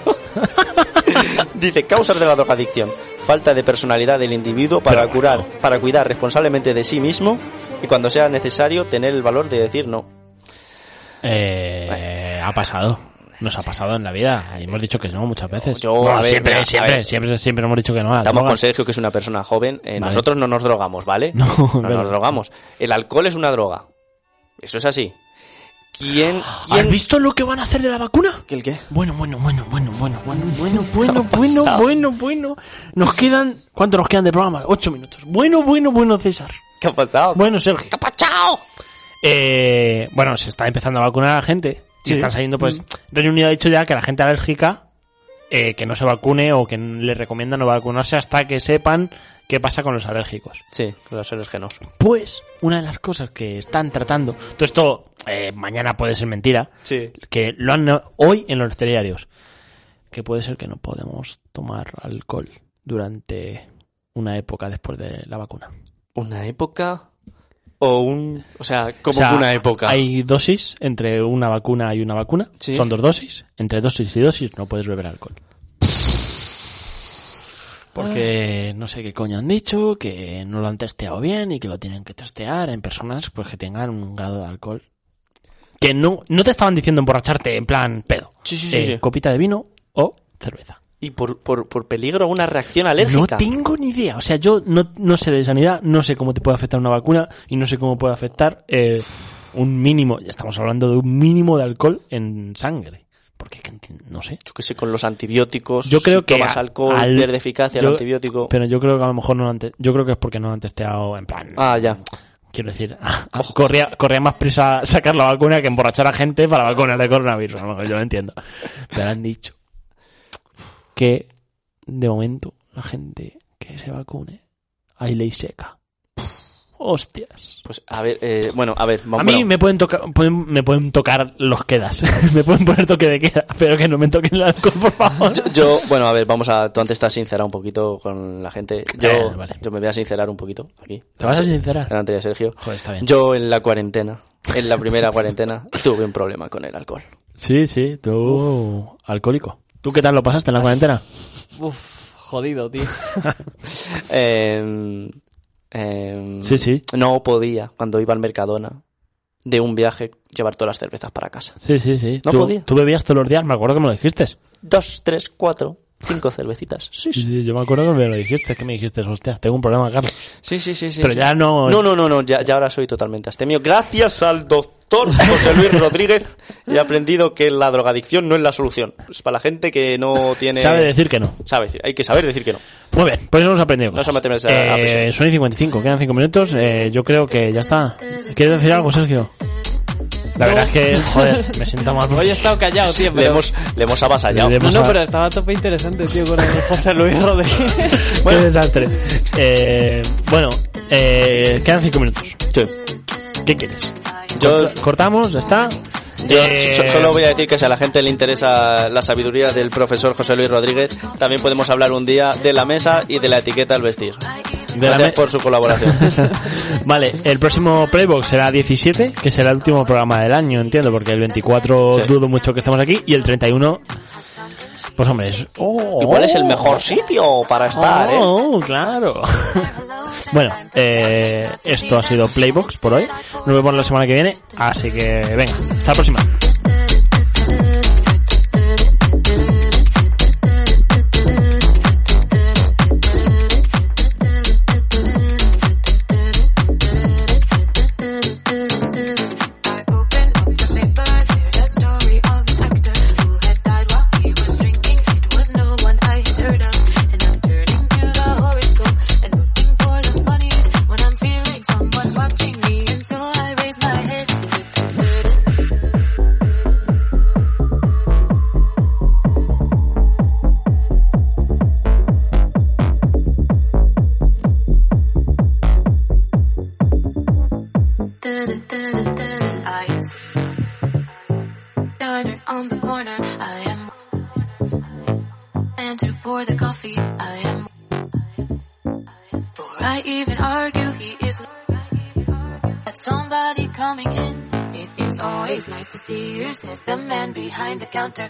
Speaker 3: Dice, causas de la drogadicción. Falta de personalidad del individuo para
Speaker 2: Pero
Speaker 3: curar, para cuidar responsablemente de sí mismo y cuando sea necesario tener el valor de decir no.
Speaker 2: Eh, ha pasado. Nos ha pasado en la vida. Y hemos dicho que no muchas veces.
Speaker 3: Yo,
Speaker 2: No,
Speaker 3: a ver,
Speaker 2: siempre,
Speaker 3: mira, a
Speaker 2: siempre,
Speaker 3: ver.
Speaker 2: siempre, siempre hemos dicho que no. a la
Speaker 3: Estamos
Speaker 2: droga.
Speaker 3: con Sergio, que es una persona joven. eh,
Speaker 2: Vale.
Speaker 3: Nosotros no nos drogamos, ¿vale?
Speaker 2: (laughs) No, verdad.
Speaker 3: nos drogamos. El alcohol es una droga. Eso es así.
Speaker 2: (gasps)
Speaker 3: ¿Quién,
Speaker 2: ¿Has
Speaker 3: quién
Speaker 2: visto lo que van a hacer de la vacuna?
Speaker 3: ¿El qué?
Speaker 2: Bueno, bueno, bueno, bueno, bueno, bueno,
Speaker 3: (laughs)
Speaker 2: bueno, bueno, bueno, bueno, bueno. Nos quedan. ¿Cuánto nos quedan de programa? Ocho minutos. Bueno, bueno, bueno, César.
Speaker 3: (laughs) ¿Qué ha pasado?
Speaker 2: Bueno, Sergio. Eh, bueno, se está empezando a vacunar a la gente. Y
Speaker 3: Sí. Mm.
Speaker 2: están saliendo, pues. Reino Unido ha dicho ya que la gente alérgica eh, que no se vacune o que le recomienda no vacunarse hasta que sepan qué pasa con los alérgicos.
Speaker 3: Sí, con los alergenos.
Speaker 2: Pues, una de las cosas que están tratando. Todo esto eh, mañana puede ser mentira.
Speaker 3: Sí.
Speaker 2: que lo han hoy en los telediarios. Que puede ser que no podemos tomar alcohol durante una época después de la vacuna.
Speaker 3: ¿Una época o un...? O sea, como
Speaker 2: O sea,
Speaker 3: una época.
Speaker 2: Hay dosis entre una vacuna y una vacuna.
Speaker 3: Sí.
Speaker 2: Son dos dosis. Entre dosis y dosis no puedes beber alcohol. Porque
Speaker 3: Ah.
Speaker 2: no sé qué coño han dicho, que no lo han testeado bien y que lo tienen que testear en personas pues que tengan un grado de alcohol. Que no, no te estaban diciendo emborracharte en plan pedo. Eh,
Speaker 3: Sí, sí, sí, sí.
Speaker 2: Copita de vino o cerveza.
Speaker 3: ¿Y por, por, por peligro una reacción alérgica?
Speaker 2: No tengo ni idea. O sea, yo no, no sé de sanidad, no sé cómo te puede afectar una vacuna y no sé cómo puede afectar eh, un mínimo, ya estamos hablando de un mínimo de alcohol en sangre. Porque es que no sé.
Speaker 3: Yo qué sé, con los antibióticos.
Speaker 2: Yo creo
Speaker 3: si
Speaker 2: que
Speaker 3: tomas
Speaker 2: a-
Speaker 3: alcohol,
Speaker 2: al-
Speaker 3: pierde eficacia
Speaker 2: yo-
Speaker 3: el antibiótico.
Speaker 2: Pero yo creo que a lo mejor no lo han te- Yo creo que es porque no lo han testeado en plan.
Speaker 3: Ah, ya.
Speaker 2: Quiero decir, (laughs) corría, corría más prisa sacar la vacuna que emborrachar a gente para vacunar de coronavirus. A lo mejor yo lo entiendo. Pero han dicho que de momento la gente que se vacune, ahí ley seca. Hostias.
Speaker 3: Pues a ver, eh, bueno, a ver,
Speaker 2: A
Speaker 3: vamos-
Speaker 2: mí
Speaker 3: bueno,
Speaker 2: me pueden tocar pueden- me pueden tocar los quedas. (laughs) me pueden poner toque de queda, pero que no me toquen el alcohol, por favor.
Speaker 3: yo, yo- bueno, a ver, vamos a, tú antes estás sincera un poquito con la gente. Yo,
Speaker 2: Eh, vale.
Speaker 3: yo me voy a sincerar un poquito aquí.
Speaker 2: ¿Te vas a sincerar?
Speaker 3: Delante de Sergio.
Speaker 2: Joder, está bien.
Speaker 3: Yo en la cuarentena, en la primera
Speaker 2: (laughs)
Speaker 3: cuarentena, tuve un problema con el alcohol.
Speaker 2: Sí, sí, tú alcohólico. ¿Tú qué tal lo pasaste en la cuarentena?
Speaker 7: Uf, jodido, tío.
Speaker 3: Em, em,
Speaker 2: Sí, sí.
Speaker 3: No podía, cuando iba al Mercadona, de un viaje, llevar todas las cervezas para casa.
Speaker 2: Sí, sí, sí.
Speaker 3: No
Speaker 2: tú,
Speaker 3: podía.
Speaker 2: tú bebías todos los días, me acuerdo que me lo dijiste.
Speaker 3: Dos, tres, cuatro, cinco cervecitas. Sí,
Speaker 2: Sí,
Speaker 3: sí,
Speaker 2: sí, yo me acuerdo que me lo dijiste, que me dijiste, hostia, tengo un problema, Carlos.
Speaker 3: sí, sí. sí,
Speaker 2: Pero
Speaker 3: sí.
Speaker 2: ya no-
Speaker 3: No, no, no, no, ya, ya ahora soy totalmente astemio. Gracias al doctor José Luis Rodríguez he aprendido que la drogadicción no es la solución. Es para la gente que no tiene...
Speaker 2: Sabe decir que no.
Speaker 3: Sabe decir, hay que saber decir que no.
Speaker 2: Muy bien, pues hemos aprendido.
Speaker 3: No se
Speaker 2: cosas.
Speaker 3: meten esa- a
Speaker 2: eh,
Speaker 3: presión.
Speaker 2: Son y 55, quedan 5 minutos. eh, yo creo que ya está. ¿Quieres decir algo, Sergio? La verdad es que, joder, me siento mal.
Speaker 7: Hoy he estado callado, tío,
Speaker 3: Le
Speaker 7: pero...
Speaker 3: hemos, le hemos avasallado.
Speaker 2: Le hemos-
Speaker 7: No, no,
Speaker 2: a-
Speaker 7: pero estaba a tope interesante, tío, con el José
Speaker 2: (laughs)
Speaker 7: Luis Rodríguez.
Speaker 2: Qué desastre. Eh, bueno, eh, quedan 5 minutos.
Speaker 3: Sí.
Speaker 2: ¿Qué quieres?
Speaker 3: Yo,
Speaker 2: Cortamos, ya está.
Speaker 3: Yo
Speaker 2: Eh,
Speaker 3: so- solo voy a decir que si a la gente le interesa la sabiduría del profesor José Luis Rodríguez, también podemos hablar un día de la mesa y de la etiqueta al vestir.
Speaker 2: de la
Speaker 3: Gracias
Speaker 2: me-
Speaker 3: por su colaboración.
Speaker 2: (laughs) vale, el próximo Playbox será 17, que será el último programa del año, entiendo, porque el 24
Speaker 3: Sí.
Speaker 2: dudo mucho que estemos aquí, y el 31, pues hombre, es... ¡Oh!
Speaker 3: Igual es el mejor sitio para estar, ¿eh?
Speaker 2: Oh, claro. (laughs) bueno, eh, esto ha sido Playbox por hoy. Nos vemos la semana que viene, así que venga, hasta la próxima.
Speaker 8: I open up the paper, there's a story of an actor who had died while he was drinking. It was no one I had heard of, and I'm turning to the horoscope and looking for the funnies when I'm feeling someone watching me, and so I raise my head. I am diner on the corner. I am and to pour the coffee. I am before I even argue, he is at somebody coming in. It is always nice to see you, says the man behind the counter